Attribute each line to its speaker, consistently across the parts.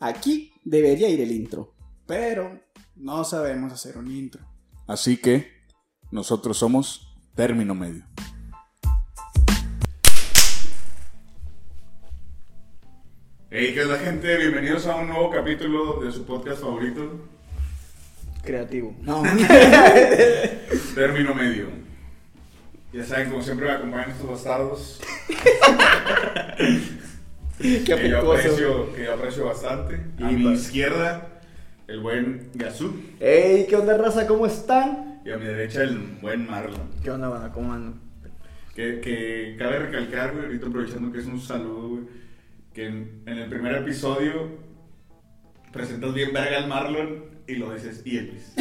Speaker 1: Aquí debería ir el intro, pero no sabemos hacer un intro.
Speaker 2: Así que nosotros somos término medio. Hey, ¿qué es la gente? Bienvenidos a un nuevo capítulo de su podcast favorito,
Speaker 3: Creativo.
Speaker 1: No,
Speaker 2: Término Medio. Ya saben, como siempre me acompañan estos bastardos,
Speaker 1: qué
Speaker 2: que yo,
Speaker 1: apicoso.
Speaker 2: aprecio, que yo aprecio bastante. A
Speaker 3: Y
Speaker 2: mi
Speaker 3: va-
Speaker 2: izquierda, el buen Gazú,
Speaker 3: ¡Ey! ¿Qué onda, raza? ¿Cómo están?
Speaker 2: y a mi derecha, el buen Marlon.
Speaker 3: ¿Qué onda, banda? ¿Cómo andan?
Speaker 2: Que, que cabe recalcar, güey, ahorita aprovechando que es un saludo, güey, que en, en el primer episodio presentas bien verga al Marlon y lo dices, y Elvis.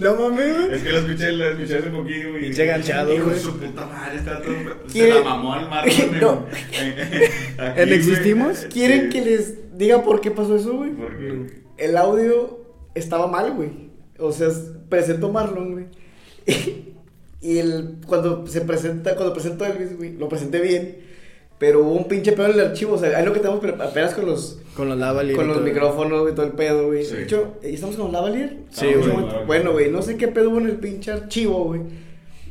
Speaker 3: No mames, güey.
Speaker 2: Es que lo escuché, lo escuché hace poquito, güey.
Speaker 3: Pinche ganchado,
Speaker 2: Hijo de
Speaker 3: güey.
Speaker 2: su puta madre, está todo. Se
Speaker 1: ¿Qué?
Speaker 2: la mamó al mar. güey.
Speaker 1: No.
Speaker 2: En- en- aquí,
Speaker 3: ¿En existimos?
Speaker 2: güey.
Speaker 1: ¿Quieren
Speaker 2: Sí.
Speaker 1: que les diga por qué pasó eso, güey?
Speaker 2: ¿Por qué?
Speaker 1: El audio estaba mal, güey. O sea, es- presentó Marlon, güey. Y el, cuando se presenta, cuando presentó Elvis, güey, lo presenté bien. Pero hubo un pinche pedo en el archivo. O sea, es lo que tenemos pre- apenas con los,
Speaker 3: Con los lavalier.
Speaker 1: con
Speaker 3: y
Speaker 1: los
Speaker 3: todo.
Speaker 1: micrófonos y todo el pedo, güey.
Speaker 2: Sí.
Speaker 1: De hecho, ¿eh, ¿estamos con Lavalier?
Speaker 3: Sí,
Speaker 1: Estamos
Speaker 3: güey.
Speaker 1: con- Bueno, güey, no sé qué pedo hubo en el pinche archivo, güey.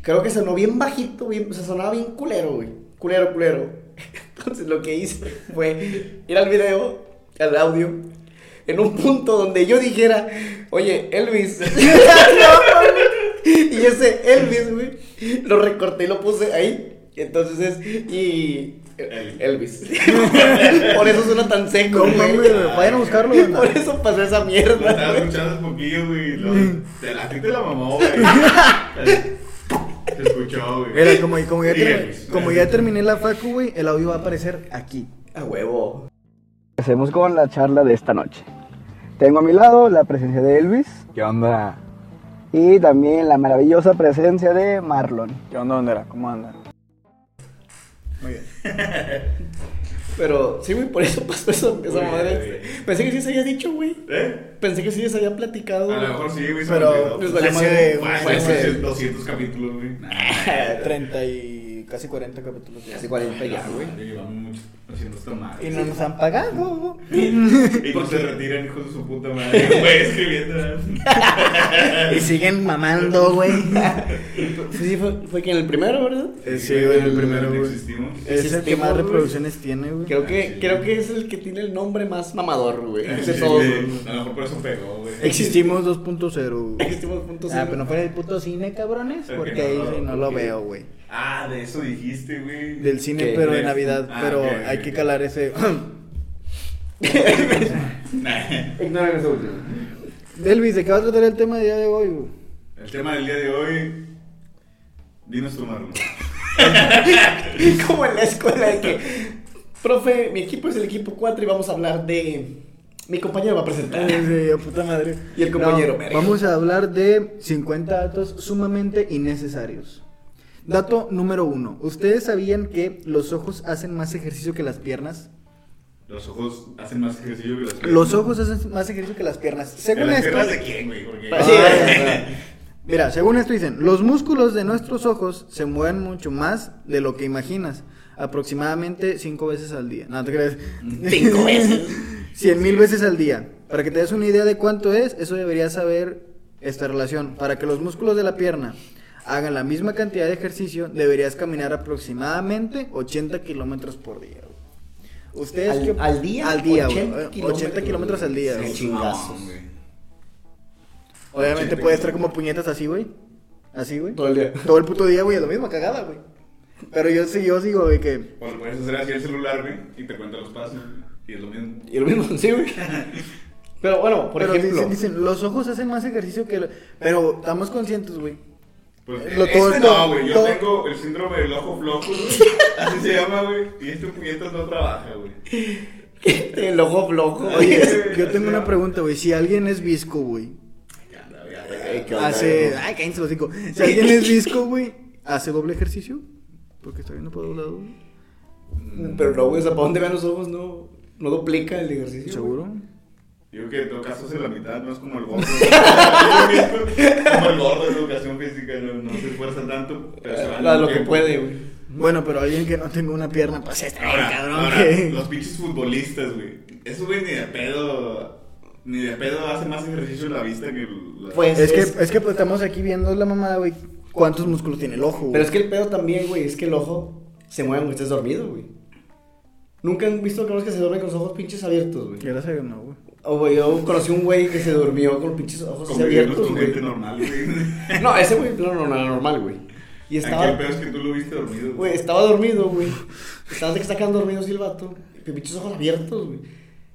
Speaker 1: Creo que sonó bien bajito, bien, o sea, sonaba bien culero, güey. Culero, culero. Entonces lo que hice fue ir al video, al audio, en un punto donde yo dijera, oye, Elvis. No, güey. y ese Elvis, güey, lo recorté y lo puse ahí. Entonces es, y... eh, Elvis. Por eso suena tan seco,
Speaker 3: No mames,
Speaker 1: güey.
Speaker 3: güey. Vayan a buscarlo,
Speaker 1: Por
Speaker 3: banda.
Speaker 1: eso pasó esa
Speaker 2: Lo estaba
Speaker 1: mierda.
Speaker 2: escuchando hace poquillo, güey. y lo- Te la gente la mamó, güey. Se escuchó, güey.
Speaker 3: Mira, como, como, ya,
Speaker 2: Y
Speaker 3: termi-
Speaker 2: Elvis.
Speaker 3: como ya terminé la facu, güey, el audio va a aparecer aquí.
Speaker 1: A huevo.
Speaker 3: Hacemos con la charla de esta noche. Tengo a mi lado la presencia de Elvis
Speaker 4: ¿Qué onda?
Speaker 3: y también la maravillosa presencia de Marlon.
Speaker 4: ¿Qué onda, bandera? ¿Cómo anda?
Speaker 3: Muy bien.
Speaker 1: Pero sí, güey, por eso pasó esa, esa
Speaker 2: Muy
Speaker 1: madre.
Speaker 2: bien.
Speaker 1: Pensé que sí se había dicho, güey.
Speaker 2: ¿Eh?
Speaker 1: Pensé que sí les había platicado.
Speaker 2: A lo mejor sí, güey. se
Speaker 3: Pero-
Speaker 2: me olvidó.
Speaker 1: Les valió
Speaker 3: Ese
Speaker 1: madre.
Speaker 3: de-
Speaker 2: Guay,
Speaker 1: Fue
Speaker 2: güey,
Speaker 1: ese.
Speaker 2: 200 capítulos, güey. Nah,
Speaker 3: 30 y casi 40 capítulos.
Speaker 1: Hace 40 Eh, ya, güey.
Speaker 2: Llevamos mucho haciendo esta madre.
Speaker 3: Y no nos han pagado.
Speaker 2: Y no se retiran, hijos de su puta madre. Güey, escribiendo.
Speaker 3: Y siguen mamando, güey.
Speaker 1: Sí, fue, fue que en el primero, ¿verdad?
Speaker 3: Eh, Sí, güey, el primero,
Speaker 2: que
Speaker 3: güey. Eh,
Speaker 2: Existimos.
Speaker 3: Es el que más reproducciones tiene, güey.
Speaker 1: Creo
Speaker 2: Ah,
Speaker 1: que,
Speaker 2: sí. Ah,
Speaker 1: creo que es el que tiene el nombre más mamador, güey. De
Speaker 2: Sí,
Speaker 1: todos.
Speaker 2: güey.
Speaker 1: güey.
Speaker 2: A lo mejor por eso pegó, güey.
Speaker 3: Existimos 2.0. güey.
Speaker 1: Existimos puntos.
Speaker 3: Ah, pero no fue en el puto cine, cabrones.
Speaker 2: Ok,
Speaker 3: Porque
Speaker 2: no,
Speaker 3: ahí
Speaker 2: no,
Speaker 3: sí no lo
Speaker 2: ok.
Speaker 3: veo, güey.
Speaker 2: Ah, de eso dijiste, güey.
Speaker 3: Del cine,
Speaker 1: ¿Qué?
Speaker 3: pero de
Speaker 2: Del-
Speaker 3: Navidad.
Speaker 2: Ah,
Speaker 3: pero
Speaker 2: ok,
Speaker 3: hay
Speaker 2: ok,
Speaker 3: que
Speaker 2: ok.
Speaker 3: calar ese.
Speaker 2: Nah.
Speaker 1: Ignoren eso último.
Speaker 3: Elvis, ¿de qué va a tratar el tema de día de hoy, güey?
Speaker 2: El tema del día de hoy. Dinos tu marrón.
Speaker 1: Como en la escuela de que, profe, mi equipo es el equipo 4 y vamos a hablar de... Mi compañero va a presentar.
Speaker 3: Sí, a puta madre.
Speaker 1: Ah. Y el compañero, verga.
Speaker 3: vamos a hablar de 50 datos sumamente innecesarios. Dato número uno. ¿Ustedes sabían que los ojos hacen más ejercicio que las piernas?
Speaker 2: Los ojos hacen más ejercicio que las piernas.
Speaker 3: Los ojos hacen pues más ejercicio que las piernas. Según
Speaker 2: ¿Las
Speaker 3: esto.
Speaker 2: piernas de quién, güey? Porque-
Speaker 1: Ah,
Speaker 3: Pues Sí,
Speaker 2: Ah,
Speaker 3: o sea, Mira, según esto dicen, los músculos de nuestros ojos se mueven mucho más de lo que imaginas, aproximadamente cinco veces al día. No te crees.
Speaker 1: Mm, Cinco veces.
Speaker 3: Cien mil veces al día. Para que te des una idea de cuánto es, eso deberías saber esta relación. Para que los músculos de la pierna hagan la misma cantidad de ejercicio, deberías caminar aproximadamente 80 kilómetros por día. güey. ¿Ustedes
Speaker 1: ¿Al-
Speaker 3: qué op-
Speaker 1: al día?
Speaker 3: Al día,
Speaker 1: 80
Speaker 3: güey.
Speaker 1: kilómetros,
Speaker 3: 80 kilómetros al día.
Speaker 1: güey.
Speaker 3: güey.
Speaker 2: no,
Speaker 1: chingazos.
Speaker 2: güey.
Speaker 3: Obviamente
Speaker 2: 80
Speaker 3: puede estar como puñetas así, güey. Así, güey.
Speaker 1: Todo el día.
Speaker 3: Todo el puto día, güey, es lo mismo, cagada, güey. Pero yo sí, yo sigo, güey, que.
Speaker 2: O lo puedes hacer pues, así el celular, güey, y te cuenta los pasos. Y es lo mismo.
Speaker 1: Y lo mismo, sí, güey. Pero bueno, por
Speaker 3: pero
Speaker 1: ejemplo...
Speaker 3: dicen, dicen, los ojos hacen más ejercicio que. lo- Pero estamos conscientes, güey.
Speaker 2: Pues,
Speaker 3: Lo-
Speaker 2: este
Speaker 3: todo-
Speaker 2: no, güey. Yo
Speaker 3: todo-
Speaker 2: tengo el síndrome del ojo flojo, güey. Así se llama, güey. Y este puñetas no trabaja, güey.
Speaker 1: Este, El ojo flojo.
Speaker 3: Oye,
Speaker 2: güey,
Speaker 3: yo tengo
Speaker 2: así
Speaker 3: una
Speaker 2: va.
Speaker 3: pregunta, güey. Si alguien es visco, güey,
Speaker 2: Ya anda, ya anda.
Speaker 1: Ay, qué onda,
Speaker 3: hace.
Speaker 1: güey.
Speaker 3: Ay, cállense los digo. Si alguien es visco, güey, hace doble ejercicio. Porque está viendo por un lado, güey.
Speaker 1: Pero no, güey, o sea, ¿para dónde vean los ojos? No, no duplica el ejercicio.
Speaker 3: ¿Seguro?
Speaker 2: Yo creo que tocas hace la mitad, no es como el gordo. como el gordo de educación física, no, no se esfuerza tanto. Pero se va
Speaker 1: A lo que
Speaker 2: tiempo.
Speaker 1: puede, güey.
Speaker 3: Bueno, pero alguien que no tenga una pierna, pues está bien,
Speaker 2: Ahora,
Speaker 3: cabrón.
Speaker 2: ahora,
Speaker 3: que-
Speaker 2: los pinches futbolistas, güey. Eso, güey, ni de pedo. Ni de pedo hace más ejercicio la vista que la.
Speaker 1: Pues,
Speaker 5: Es
Speaker 1: es-
Speaker 5: que, es que pues, estamos aquí viendo la mamada, güey. ¿Cuántos músculos tiene el
Speaker 3: Uh.
Speaker 5: ojo? güey?
Speaker 1: Pero es que el pedo también, güey, es que el ojo se mueve cuando estés dormido, güey. Nunca han visto cabrones que se duermen con los ojos pinches abiertos, güey.
Speaker 5: Gracias a Dios, no, güey.
Speaker 1: O, güey, yo conocí un güey que se durmió con los pinches ojos así
Speaker 2: convivirnos
Speaker 1: abiertos,
Speaker 2: con
Speaker 1: güey.
Speaker 2: gente normal, güey.
Speaker 1: No, ese güey, no, no, no, normal, güey.
Speaker 2: Aquí el
Speaker 1: Y estaba, Pues,
Speaker 2: pedo es que tú lo viste dormido.
Speaker 1: güey, estaba dormido, güey. Estaba de que sacan dormidos y el vato, con pinches ojos abiertos, güey.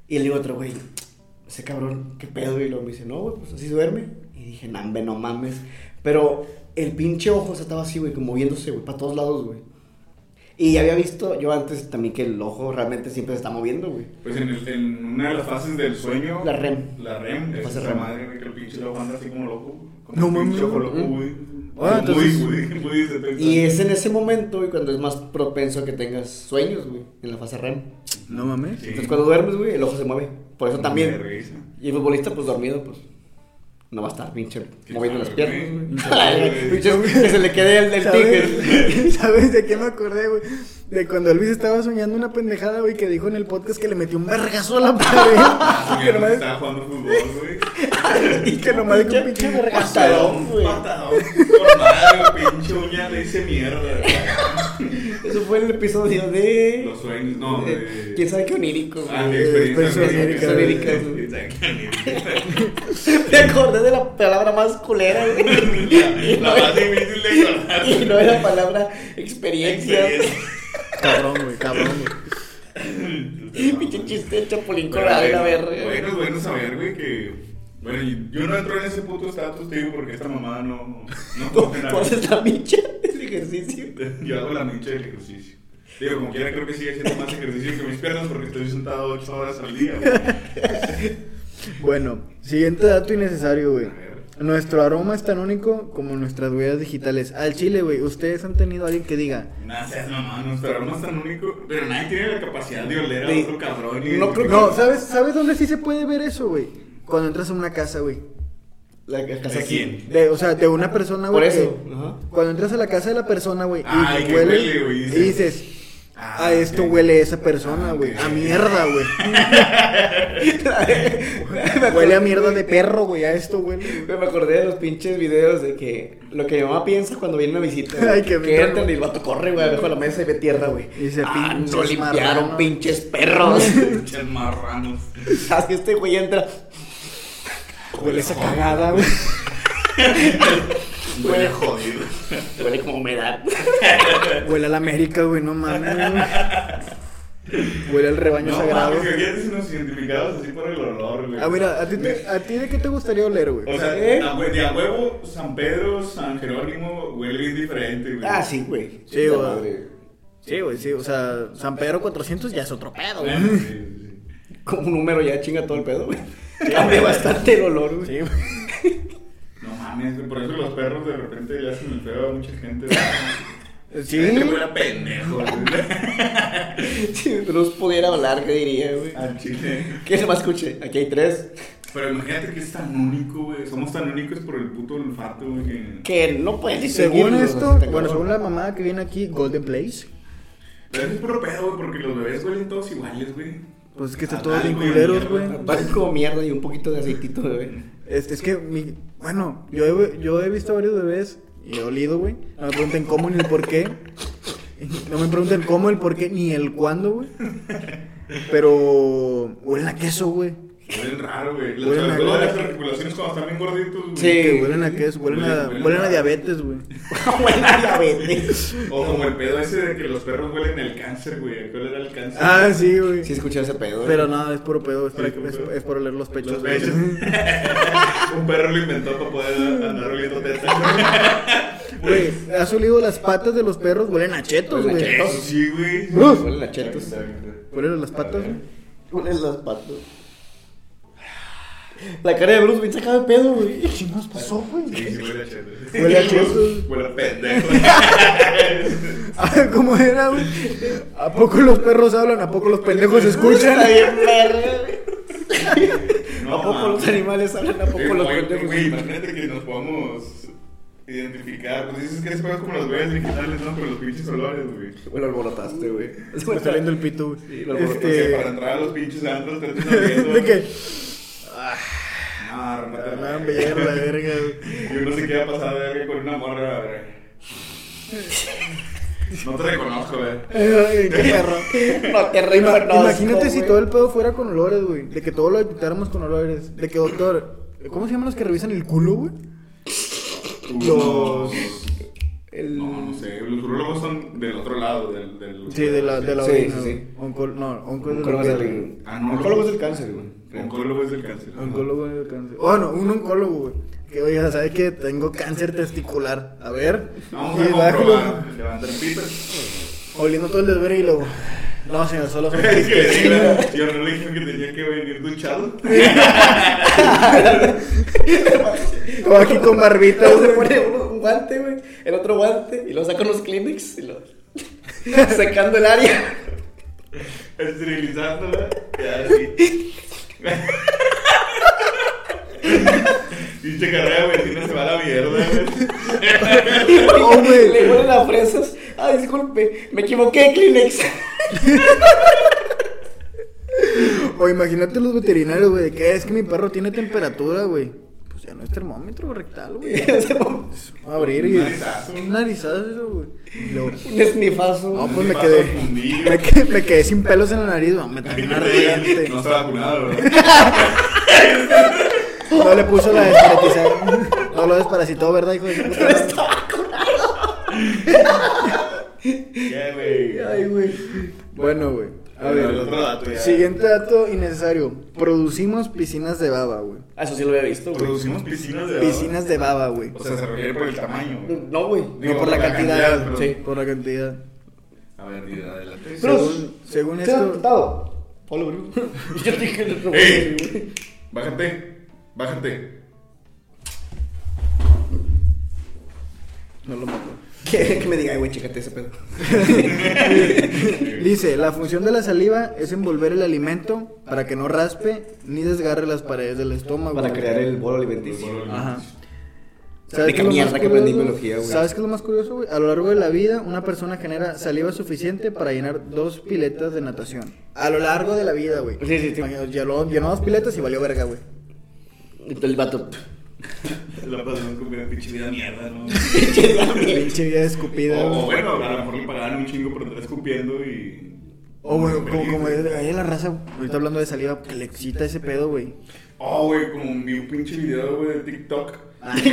Speaker 1: Y le digo a otro, güey, ese cabrón, qué pedo. Y luego me dice, no, güey, pues así duerme. Y dije, nambe, no mames. Pero el pinche ojo o sea, estaba así, güey, como moviéndose, güey, para todos lados, güey. Y ya había visto yo antes también que el ojo realmente siempre se está moviendo, güey.
Speaker 2: Pues en, el- en una de las fases del sueño.
Speaker 1: La REM.
Speaker 2: La REM.
Speaker 1: La
Speaker 2: es
Speaker 1: fase
Speaker 2: esa
Speaker 1: REM.
Speaker 2: madre, güey, que el pinche loco anda así como loco. Como
Speaker 5: No
Speaker 2: un
Speaker 5: mames.
Speaker 2: pinche ojo loco,
Speaker 1: Mm.
Speaker 2: güey.
Speaker 5: Ah,
Speaker 2: Como
Speaker 5: entonces-
Speaker 2: Woody, güey, Woody se piensa.
Speaker 1: Y es en ese momento, güey, cuando es más propenso a que tengas sueños, güey, en la fase REM.
Speaker 5: No mames.
Speaker 2: Sí.
Speaker 1: Entonces cuando duermes, güey, el ojo se mueve. Por eso
Speaker 2: Me
Speaker 1: también.
Speaker 2: revisa.
Speaker 1: Y el futbolista, pues dormido, pues. No va a estar pinche
Speaker 2: ¿Qué
Speaker 1: moviendo las
Speaker 2: sabe,
Speaker 1: piernas,
Speaker 2: güey?
Speaker 1: güey. Pinche, que se le quede el del tigre.
Speaker 5: ¿Sabes? ¿Sabes de qué me acordé, güey? De cuando Luis estaba soñando una pendejada, güey, que dijo en el podcast que le metió un vergazo a la pared.
Speaker 2: Ah,
Speaker 5: y que nomás,
Speaker 2: Estaba jugando fútbol, güey.
Speaker 5: y que nomás dijo un pinche vergazo.
Speaker 1: Patadón, güey.
Speaker 2: Patadón. Por madre, pinche uña le hice mierda.
Speaker 1: Eso fue el episodio de.
Speaker 2: Los sueños, no.
Speaker 1: de-
Speaker 2: de-
Speaker 1: ¿Quién sabe Eh, qué onírico,
Speaker 2: Ah,
Speaker 1: güey?
Speaker 2: de experiencias
Speaker 5: Experiencias
Speaker 2: oníricas.
Speaker 1: oníricas,
Speaker 2: Exactamente.
Speaker 1: Me acordé de la palabra más culera, güey.
Speaker 2: La más difícil de encontrar.
Speaker 1: Y no era palabra experiencia.
Speaker 5: Cabrón, güey, cabrón, güey.
Speaker 1: Pinche chiste de chapulín colorado, la verga.
Speaker 2: Bueno, es bueno saber, güey, que. Bueno, y- yo no entro en ese puto estatus, te digo, porque esta mamada no. No coge
Speaker 1: ¿Tú
Speaker 2: nada.
Speaker 1: haces la micha? Es el ejercicio.
Speaker 2: Yo hago la mincha del ejercicio. Digo, como quiera, creo que sigue haciendo más ejercicio que mis piernas porque estoy sentado 8 horas al día. güey.
Speaker 5: Bueno, siguiente dato innecesario, güey.
Speaker 2: A ver.
Speaker 5: Nuestro aroma es tan único como nuestras huellas digitales. Al chile, güey, ustedes han tenido a alguien que diga,
Speaker 2: Nada, seas mamá, nuestro aroma es tan único. Pero nadie tiene la capacidad de oler a
Speaker 1: Sí.
Speaker 2: otro cabrón. y-
Speaker 1: No creo-
Speaker 5: No, ¿sabes, ¿sabes dónde sí se puede ver eso, güey? Cuando entras a una casa, güey.
Speaker 1: La casa
Speaker 2: ¿De quién?
Speaker 5: De- o sea, de una persona,
Speaker 1: Por
Speaker 5: Ah, güey.
Speaker 1: eso.
Speaker 5: que-
Speaker 1: Ajá.
Speaker 5: Cuando entras a la casa de la persona, güey,
Speaker 2: Ah,
Speaker 5: y
Speaker 2: y que
Speaker 5: huele,
Speaker 2: huele, güey,
Speaker 5: y
Speaker 2: dices.
Speaker 5: dices,
Speaker 2: Ah,
Speaker 5: a esto
Speaker 2: ok.
Speaker 5: huele esa persona,
Speaker 2: Ah,
Speaker 5: güey.
Speaker 2: ok.
Speaker 5: A mierda, güey. huele a mierda de perro, güey. A esto huele. güey.
Speaker 1: Güey, Me acordé de los pinches videos de que lo que mi mamá piensa cuando viene una visita.
Speaker 5: Ay,
Speaker 1: Ay,
Speaker 5: qué
Speaker 1: que
Speaker 5: mierda.
Speaker 1: entran y el vato corre, güey, abajo de la mesa y ve tierra, güey.
Speaker 5: Y dice,
Speaker 1: ah, no
Speaker 5: "Pinches
Speaker 1: limpiaron,
Speaker 5: marranos".
Speaker 1: pinches perros.
Speaker 2: Pinches marranos.
Speaker 1: Así este güey entra. Huele esa
Speaker 2: Joder,
Speaker 1: cagada, güey.
Speaker 2: Huele jodido.
Speaker 1: Huele como humedad.
Speaker 5: Huele a la América, güey. No mames, güey. Huele al rebaño
Speaker 2: No,
Speaker 5: sagrado.
Speaker 2: mames, imagínate si nos identificamos así por el olor, güey.
Speaker 5: Ah, mira, ¿a ti, te- ¿a ti de qué te gustaría oler, güey?
Speaker 2: O sea,
Speaker 1: ¿Eh?
Speaker 2: a hue- de a huevo, San Pedro, San Jerónimo huele bien diferente, güey.
Speaker 1: Ah, sí, güey.
Speaker 5: Sí,
Speaker 1: La
Speaker 5: güey.
Speaker 1: madre.
Speaker 5: Sí, güey, sí. O sea, San Pedro 400 ya es otro pedo,
Speaker 2: Ah,
Speaker 5: güey.
Speaker 2: sí, sí,
Speaker 1: Como un número ya chinga todo el pedo, güey. Cambia bastante el olor, güey.
Speaker 5: Sí, güey.
Speaker 2: sí. No mames, güey, por eso los perros de repente le hacen el feo a mucha gente. güey.
Speaker 5: Sí.
Speaker 2: Este güey era pendejo, güey.
Speaker 1: Si Bruce pudiera hablar, ¿qué diría, güey?
Speaker 5: Ah.
Speaker 2: Al chile.
Speaker 1: ¿Qué más escuché? Aquí hay tres.
Speaker 2: Pero imagínate que es tan único, güey. Somos tan únicos por el puto olfato, güey. que-
Speaker 1: Que no puedes
Speaker 5: Y
Speaker 1: distinguirlos,
Speaker 5: según
Speaker 1: güey,
Speaker 5: esto,
Speaker 1: está
Speaker 5: bueno,
Speaker 1: cabrón.
Speaker 5: según la mamada que viene aquí, Golden Place,
Speaker 2: Pero eso es puro pedo, güey, porque los bebés huelen todos iguales, güey.
Speaker 5: pues es que
Speaker 2: Ah,
Speaker 5: están todos
Speaker 2: dale,
Speaker 5: bien
Speaker 2: güey,
Speaker 5: culeros, güey.
Speaker 2: mierda.
Speaker 1: Parecen como mierda y un poquito de aceitito, güey.
Speaker 5: Es, es que, mi, bueno, yo he, yo he visto varios bebés y he olido, güey. No me pregunten cómo ni el por qué. No me pregunten cómo, el por qué, ni el cuándo, güey. Pero huelen a queso, güey.
Speaker 2: Huelen raro, güey. Las-
Speaker 5: Huelen a
Speaker 2: Sobre todo
Speaker 5: gloria.
Speaker 2: las articulaciones cuando están bien gorditos, güey.
Speaker 1: Sí.
Speaker 5: Que huelen a queso, huelen a,
Speaker 2: Huelen-
Speaker 5: huelen a diabetes, güey.
Speaker 1: Buena diabetes.
Speaker 2: O como el pedo ese de que los perros huelen el cáncer, güey. ¿Cuál era el cáncer?
Speaker 5: Ah, sí, güey.
Speaker 1: Sí escuché ese pedo, güey.
Speaker 5: Pero no, es puro pedo, es, para,
Speaker 2: Sí,
Speaker 5: que-
Speaker 2: puro
Speaker 5: es,
Speaker 2: pedo.
Speaker 5: es por oler los pechos.
Speaker 2: Los
Speaker 5: güey.
Speaker 2: pechos. Un perro lo inventó para poder andar oliendo teta.
Speaker 5: Güey, has olido las patas de los perros, huelen a chetos,
Speaker 1: Huelen a
Speaker 5: güey.
Speaker 1: chetos.
Speaker 2: Eso sí, güey.
Speaker 1: Bruce. Huelen a chetos.
Speaker 5: Huelen a las patas, güey.
Speaker 1: Huelen las patas. La cara de Bruce bien sacada de pedo, güey.
Speaker 5: ¿Qué nos pasó,
Speaker 2: Sí,
Speaker 5: güey?
Speaker 2: sí, huele a chetos.
Speaker 5: Huele a chetos.
Speaker 2: Huele a pendejo.
Speaker 5: Ah, ¿Cómo era, güey? ¿A poco los perros hablan? ¿A poco los pendejos escuchan?
Speaker 1: Está bien verga, güey.
Speaker 2: No,
Speaker 1: ¿A poco
Speaker 2: mames.
Speaker 1: los animales hablan? ¿A poco
Speaker 2: Eh,
Speaker 1: los
Speaker 2: güey,
Speaker 1: pendejos
Speaker 2: güey, imagínate que nos podamos identificar. Pues dices que es juego como las huellas digitales, ¿no? Con los pinches olores, güey.
Speaker 1: Güey, lo alborotaste, güey.
Speaker 5: Se me está saliendo el pito, güey.
Speaker 1: Sí, lo
Speaker 2: O sea, para
Speaker 5: este...
Speaker 2: entrar a los pinches antros, te estás viendo.
Speaker 5: ¿De qué?
Speaker 2: Ah,
Speaker 5: Para
Speaker 2: remate
Speaker 5: la
Speaker 2: la
Speaker 5: mierda, verga, güey.
Speaker 2: Yo no sé qué va a pasar de verga con una morra, güey. No te reconozco, güey.
Speaker 5: Ay, qué perro.
Speaker 1: No te rimas, no.
Speaker 5: Imagínate si todo el pedo fuera con olores, güey. De que todo lo detectáramos con olores. De que, doctor, ¿cómo se llaman los que revisan el culo, güey? Los-
Speaker 1: El...
Speaker 2: No, no sé. Los urólogos son del otro lado, del. del
Speaker 5: Sí, de la, de la
Speaker 1: Sí,
Speaker 5: orina,
Speaker 1: sí,
Speaker 5: güey.
Speaker 1: sí.
Speaker 5: Onco- no, oncólogo
Speaker 1: Oncólogo
Speaker 5: del
Speaker 1: es
Speaker 5: cáncer.
Speaker 1: el...
Speaker 2: Ah, no,
Speaker 1: Oncólogo
Speaker 2: no.
Speaker 1: es el cáncer, güey.
Speaker 2: Oncólogo es del cáncer. ajá.
Speaker 5: Oncólogo del cáncer. Bueno, un oncólogo, güey. Que oiga, ¿sabe que tengo cáncer testicular? A ver.
Speaker 2: Vamos
Speaker 5: Y
Speaker 2: a
Speaker 5: bájalo,
Speaker 2: comprobar. Levantar el pito.
Speaker 5: Oliendo todo el desvergue y luego. No, señor, solo son
Speaker 2: Es que sí,
Speaker 5: quistes.
Speaker 2: güey. Yo no le dije que tenía que venir duchado.
Speaker 5: Como aquí con barbita,
Speaker 1: Luego se
Speaker 5: güey.
Speaker 1: pone uno- un guante, güey. El otro guante. Y luego saca unos Kleenex. Y lo. Secando el área.
Speaker 2: Esterilizándola. Ya, así. Pinche carrera vecina se va a la mierda, güey.
Speaker 5: No, güey.
Speaker 1: Le huelen las fresas. Ah, disculpe. Me equivoqué, Kleenex.
Speaker 5: O imagínate los veterinarios, güey. que es que mi perro tiene temperatura, güey? Pues ya no es termómetro rectal, güey. Vamos a abrir y.
Speaker 2: Un narizazo.
Speaker 5: Un narizazo, güey. Y luego,
Speaker 1: Un esnifazo.
Speaker 5: No, pues me
Speaker 2: Un
Speaker 5: quedé.
Speaker 2: vaso fundido.
Speaker 5: Me quedé, me quedé sin pelos en la nariz, güey. Me
Speaker 2: Aquí
Speaker 5: trae
Speaker 2: no
Speaker 5: una
Speaker 2: te digan,
Speaker 5: ardiente.
Speaker 2: No está vacunado, ¿verdad?
Speaker 5: No le puso la desparasitizada. No lo desparasitó, ¿verdad, hijo de su puta madre?
Speaker 2: Ya, güey.
Speaker 1: Ay, güey.
Speaker 5: Bueno, güey. A
Speaker 2: Bueno, el
Speaker 5: ver.
Speaker 2: otro dato ya.
Speaker 5: Siguiente dato innecesario. Producimos piscinas de baba, güey.
Speaker 1: Ah, Eso sí lo había visto, güey.
Speaker 2: Producimos piscinas de baba.
Speaker 5: Piscinas de baba, güey.
Speaker 2: O sea, se refiere por el tamaño. güey.
Speaker 1: No, güey.
Speaker 2: Digo,
Speaker 5: No por la cantidad,
Speaker 2: perdón.
Speaker 5: sí, por la cantidad.
Speaker 2: A ver, tira adelante.
Speaker 1: Pero-
Speaker 5: Según, según
Speaker 1: ¿Te has
Speaker 5: esto.
Speaker 1: contado? Pablo Bruno. Yo dije el otro
Speaker 2: ¡Ey!
Speaker 1: güey.
Speaker 2: Bájate. Bájate.
Speaker 5: No lo mato.
Speaker 1: Que, que me diga, "Ay, güey, chécate ese pedo.
Speaker 5: Dice, la función de la saliva es envolver el alimento para que no raspe ni desgarre las paredes del estómago.
Speaker 1: Para
Speaker 5: güey.
Speaker 1: crear el bolo alimenticio.
Speaker 5: Ajá.
Speaker 1: De
Speaker 5: qué es lo
Speaker 1: mierda
Speaker 5: más
Speaker 1: que aprendí
Speaker 5: curioso?
Speaker 1: biología, güey.
Speaker 5: ¿Sabes qué es lo más curioso, güey? A lo largo de la vida, una persona genera saliva suficiente para llenar dos piletas de natación. A lo largo de la vida, güey.
Speaker 1: Sí, sí, sí.
Speaker 5: Imagino, Llenó, llenó dos piletas y valió verga, güey.
Speaker 1: Y El vato.
Speaker 2: La pasaron con una pinche vida mierda, ¿no?
Speaker 5: Pinche vida escupida.
Speaker 2: O
Speaker 5: güey.
Speaker 2: bueno, a lo mejor le pagaban un chingo por andar escupiendo y.
Speaker 5: O, güey, Oh, como, como es de ahí la raza, güey. Ahorita hablando de saliva, que le excita ese pedo, güey.
Speaker 2: Oh, güey, como vi un pinche video, güey, de TikTok. Sí,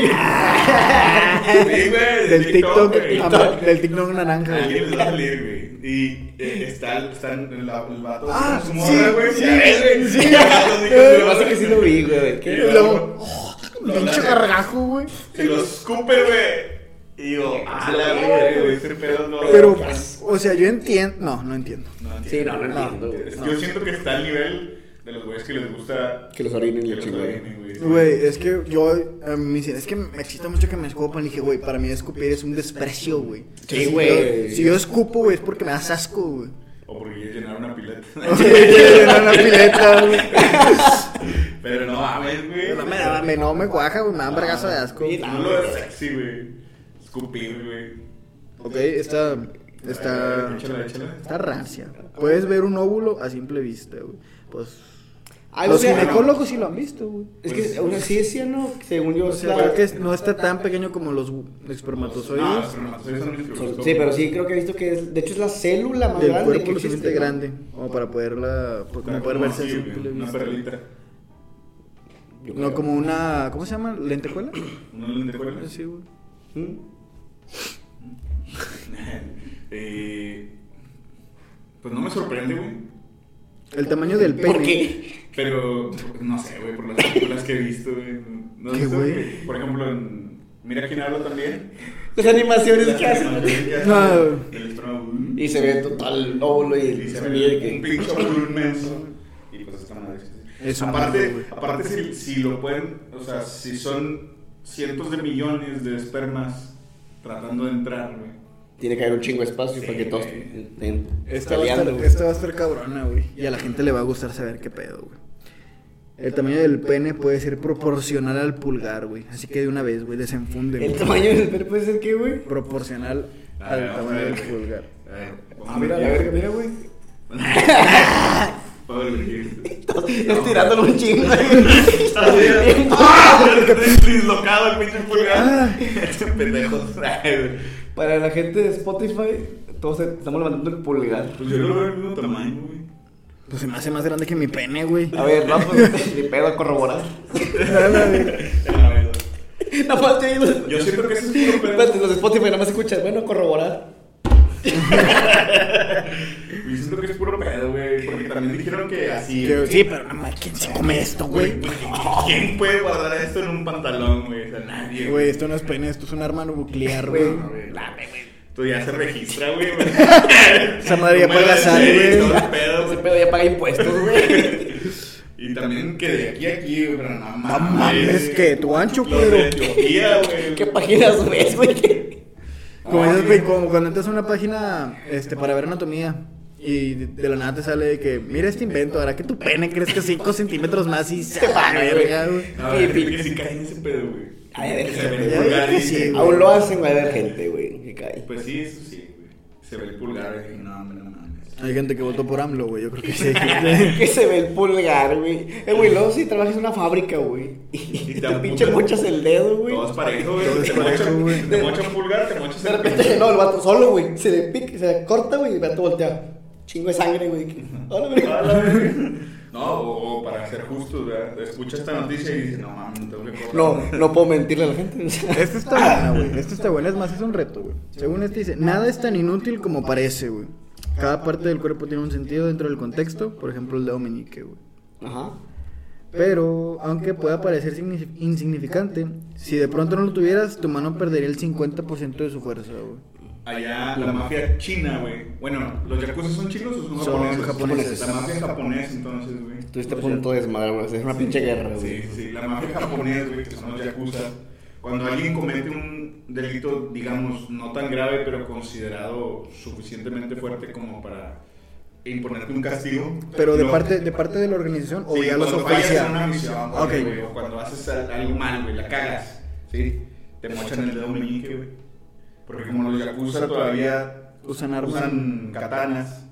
Speaker 2: güey, de
Speaker 5: Del TikTok,
Speaker 2: güey.
Speaker 5: ama- del TikTok naranja, güey.
Speaker 2: Alguien les va a salir, güey. Y eh, está, está en la, el vato
Speaker 5: Ah,
Speaker 2: con su
Speaker 5: sí,
Speaker 2: morra, güey.
Speaker 5: sí,
Speaker 2: ya ves,
Speaker 5: sí.
Speaker 2: güey. Lo
Speaker 1: Lo pasa que sí lo vi, güey.
Speaker 2: Y
Speaker 1: ¿Qué?
Speaker 5: luego,
Speaker 2: luego,
Speaker 5: pinche gargajo, güey.
Speaker 2: se lo escupe, güey. Y digo, a la verga, güey, ese pedo no.
Speaker 5: Pero, o sea, yo entiendo. No, no entiendo.
Speaker 2: No entiendo.
Speaker 1: Sí, no, no entiendo, güey.
Speaker 2: Es- Yo siento que está al nivel de los güeyes que les gusta.
Speaker 1: Que los orinen y
Speaker 2: que
Speaker 1: la
Speaker 2: los
Speaker 1: chingada.
Speaker 2: orinen, güey.
Speaker 5: Güey, es que yo. a mí me dicen, es que me excita mucho que me escupan. Le dije, güey, para mí escupir es un desprecio, güey.
Speaker 1: Sí,
Speaker 5: Si
Speaker 1: güey.
Speaker 5: yo- Si yo escupo, güey, es porque me das asco, güey.
Speaker 2: O porque quieren llenar una pileta.
Speaker 5: Era una pileta, güey.
Speaker 2: Pero no mames, güey.
Speaker 5: No me da, me, no me cuaja, güey, me da un vergazo de asco.
Speaker 1: Sí,
Speaker 2: No lo es sexy, güey. Escupir, güey.
Speaker 5: Ok, esta.
Speaker 2: A ver,
Speaker 5: Esta.
Speaker 2: Échala, échala.
Speaker 5: Está rancia. Puedes ver un óvulo a simple vista, güey. Pues.
Speaker 1: Ay, o
Speaker 5: los
Speaker 1: sea,
Speaker 5: ginecólogos sí lo han visto, güey.
Speaker 1: Es que, o sea, sí es ciano, según yo.
Speaker 5: O
Speaker 1: es
Speaker 5: sea,
Speaker 1: la-
Speaker 5: creo que no está tan pequeño como los
Speaker 2: No,
Speaker 5: espermatozoides.
Speaker 2: los espermatozoides son microscópicos.
Speaker 1: Sí, pero sí creo que he visto que es. De hecho, es la célula más
Speaker 5: del
Speaker 1: grande.
Speaker 5: cuerpo
Speaker 1: que
Speaker 5: lo suficiente
Speaker 1: existe,
Speaker 5: grande como para poderla pues,
Speaker 2: Está
Speaker 5: como poder
Speaker 2: como
Speaker 5: verse a
Speaker 2: así,
Speaker 5: simple
Speaker 2: güey, Una
Speaker 5: vista.
Speaker 2: perlita.
Speaker 1: Yo
Speaker 5: no
Speaker 1: creo.
Speaker 5: como una ¿cómo se llama? lentejuela
Speaker 2: Una lentejuela.
Speaker 5: sí güey
Speaker 1: ¿Mm?
Speaker 2: Eh, Pues no me sorprende, güey.
Speaker 5: el tamaño del pene
Speaker 1: ¿Por qué?
Speaker 2: Pero no sé, güey, por las películas que he visto, güey. No
Speaker 5: ¿Qué,
Speaker 2: sé,
Speaker 5: güey?
Speaker 2: güey. Por ejemplo, en Mira quién habla también.
Speaker 1: Las animaciones
Speaker 2: Las
Speaker 1: que hacen.
Speaker 2: animaciones que hacen,
Speaker 5: No.
Speaker 2: güey, El estómago.
Speaker 1: Y se ve total óvulo y
Speaker 2: Y
Speaker 1: el
Speaker 2: se
Speaker 1: se
Speaker 2: ve
Speaker 1: mide
Speaker 2: un
Speaker 1: que.
Speaker 2: pinche óvulo inmenso. Y pues esta madre.
Speaker 5: Es un
Speaker 2: aparte,
Speaker 5: mundo, güey.
Speaker 2: aparte si, si lo pueden, o sea, si son cientos de millones de espermas tratando de entrar, güey.
Speaker 1: Tiene que haber un chingo de espacio
Speaker 2: Sí,
Speaker 1: para que todos
Speaker 2: güey.
Speaker 1: estén
Speaker 5: esta va, a estar,
Speaker 1: peleando.
Speaker 5: esta va a estar cabrona güey y a la gente le va a gustar saber qué pedo güey El tamaño del pene puede ser proporcional al pulgar, güey. Así que de una vez, güey, desenfunde.
Speaker 1: El
Speaker 5: güey.
Speaker 1: tamaño del pene puede ser que, güey.
Speaker 5: Proporcional
Speaker 2: Ah,
Speaker 5: al
Speaker 2: vamos a
Speaker 5: tamaño
Speaker 2: ver.
Speaker 5: del pulgar.
Speaker 2: A ver,
Speaker 1: Ah, mira, la verga, mira, güey.
Speaker 2: Pablo Virgil.
Speaker 1: Estás tirándolo un chingo.
Speaker 2: Estás bien. ¡Ah! Deslocado el pinche pulgar. Este pendejo. Ay, güey.
Speaker 1: Para la gente de Spotify, todos estamos levantando el pulgar.
Speaker 2: Pues yo lo veo del mismo tamaño, güey.
Speaker 5: Pues se me hace más grande que mi pene, güey.
Speaker 1: A ver, no, pues, ni pedo a corroborar.
Speaker 2: A ver,
Speaker 1: Nada más te digo.
Speaker 2: Yo siento que eso es puro pedo.
Speaker 1: Espérate, los de Spotify nada más escuchan. Bueno, corroborar.
Speaker 2: Yo siento que es puro pedo, güey. Porque también dijeron que así.
Speaker 5: Que- Sí, pero no mames, ¿quién se come esto, güey?
Speaker 2: Güey, ¿quién puede guardar esto en un pantalón, güey? O sea, nadie.
Speaker 5: Güey, esto no es pene, esto es un arma nuclear,
Speaker 1: Güey,
Speaker 5: güey.
Speaker 2: No, güey. Tú ya se registra, güey.
Speaker 5: Esa madre ya
Speaker 2: No me
Speaker 5: paga
Speaker 2: lo
Speaker 5: sal,
Speaker 2: decís,
Speaker 5: güey.
Speaker 2: no hay pedo,
Speaker 1: Ese
Speaker 2: güey.
Speaker 1: pedo ya paga impuestos, güey.
Speaker 2: Y también que de aquí a aquí, güey, pero no mames.
Speaker 5: mames, que tu ancho,
Speaker 2: Los de
Speaker 5: culero.
Speaker 2: Etiopía, güey.
Speaker 1: ¿Qué páginas ves, güey?
Speaker 5: Como,
Speaker 2: Ay,
Speaker 5: esas,
Speaker 2: güey.
Speaker 5: pe- como cuando entras a una página este, para ver anatomía y de- de la nada te sale de que, mira este invento, hará que tu pene crezca 5 centímetros más y se va a la verga, güey.
Speaker 2: No, hay gente que sí cae en ese pedo, güey.
Speaker 1: Ay, a ver,
Speaker 2: Se ve
Speaker 1: ya
Speaker 2: el
Speaker 5: ves
Speaker 2: pulgar
Speaker 5: que
Speaker 2: y
Speaker 5: sí,
Speaker 2: dice,
Speaker 5: güey.
Speaker 1: Aún lo hacen, güey, a ver, gente, güey. Que cae.
Speaker 2: Pues sí, eso sí, güey. Se ve el pulgar y dije, no, hombre, no mames.
Speaker 5: Hay gente que votó por AMLO, güey, yo creo que sí.
Speaker 1: Que se ve el pulgar, güey. Eh, güey, luego si trabajas en una fábrica, güey. Y
Speaker 2: Y te
Speaker 1: te
Speaker 2: apuntan.
Speaker 1: pinche mochas el dedo, güey.
Speaker 2: Todo es parejo, güey.
Speaker 5: Todo es
Speaker 2: Te
Speaker 5: parejo,
Speaker 2: mocha-
Speaker 5: güey.
Speaker 2: Te mocha un pulgar, te mochas
Speaker 1: De
Speaker 2: el
Speaker 1: repente, no, el vato solo, güey. Se le pica, se le corta, güey, y el vato voltea. Chingo de sangre, güey. Hola, güey.
Speaker 2: No, o, o para ser justos, ¿verdad? Escucha esta noticia y dices, no mames, no tengo que correr.
Speaker 1: No, no puedo mentirle a la gente. o sea.
Speaker 5: Esta Este está buena, güey. Esta está buena, es más, es un reto, güey. Según este dice, nada es tan inútil como parece, güey. Cada parte del cuerpo tiene un sentido dentro del contexto, por ejemplo, el dedo meñique, güey.
Speaker 1: Ajá.
Speaker 5: Pero, aunque pueda parecer signi- insignificante, si de pronto no lo tuvieras, tu mano perdería el 50% de su fuerza, güey.
Speaker 2: Allá la mafia china, güey. Bueno, ¿los yakuza son chinos o son
Speaker 5: Son
Speaker 2: japoneses?
Speaker 5: japoneses.
Speaker 2: La mafia es japonesa, entonces, güey.
Speaker 1: Estuviste a punto de desmadrar, güey. o sea, Es una pinche guerra,
Speaker 2: Sí,
Speaker 1: güey.
Speaker 2: sí, la mafia japonesa, güey, que son los yakuza. Cuando alguien comete un delito, digamos, no tan grave, pero considerado suficientemente fuerte como para imponerte un castigo.
Speaker 5: Pero de
Speaker 2: lo-
Speaker 5: parte, de parte de la organización o
Speaker 2: Sí,
Speaker 5: ya los
Speaker 2: cuando fallas en una
Speaker 5: oficial.
Speaker 2: misión,
Speaker 5: Ah, ok.
Speaker 2: güey, güey, o cuando haces al- algo mal, güey, la cagas, ¿sí? Te mochan el dedo meñique, güey. Porque como los yakuza todavía
Speaker 5: Usan armas.
Speaker 2: usan katanas,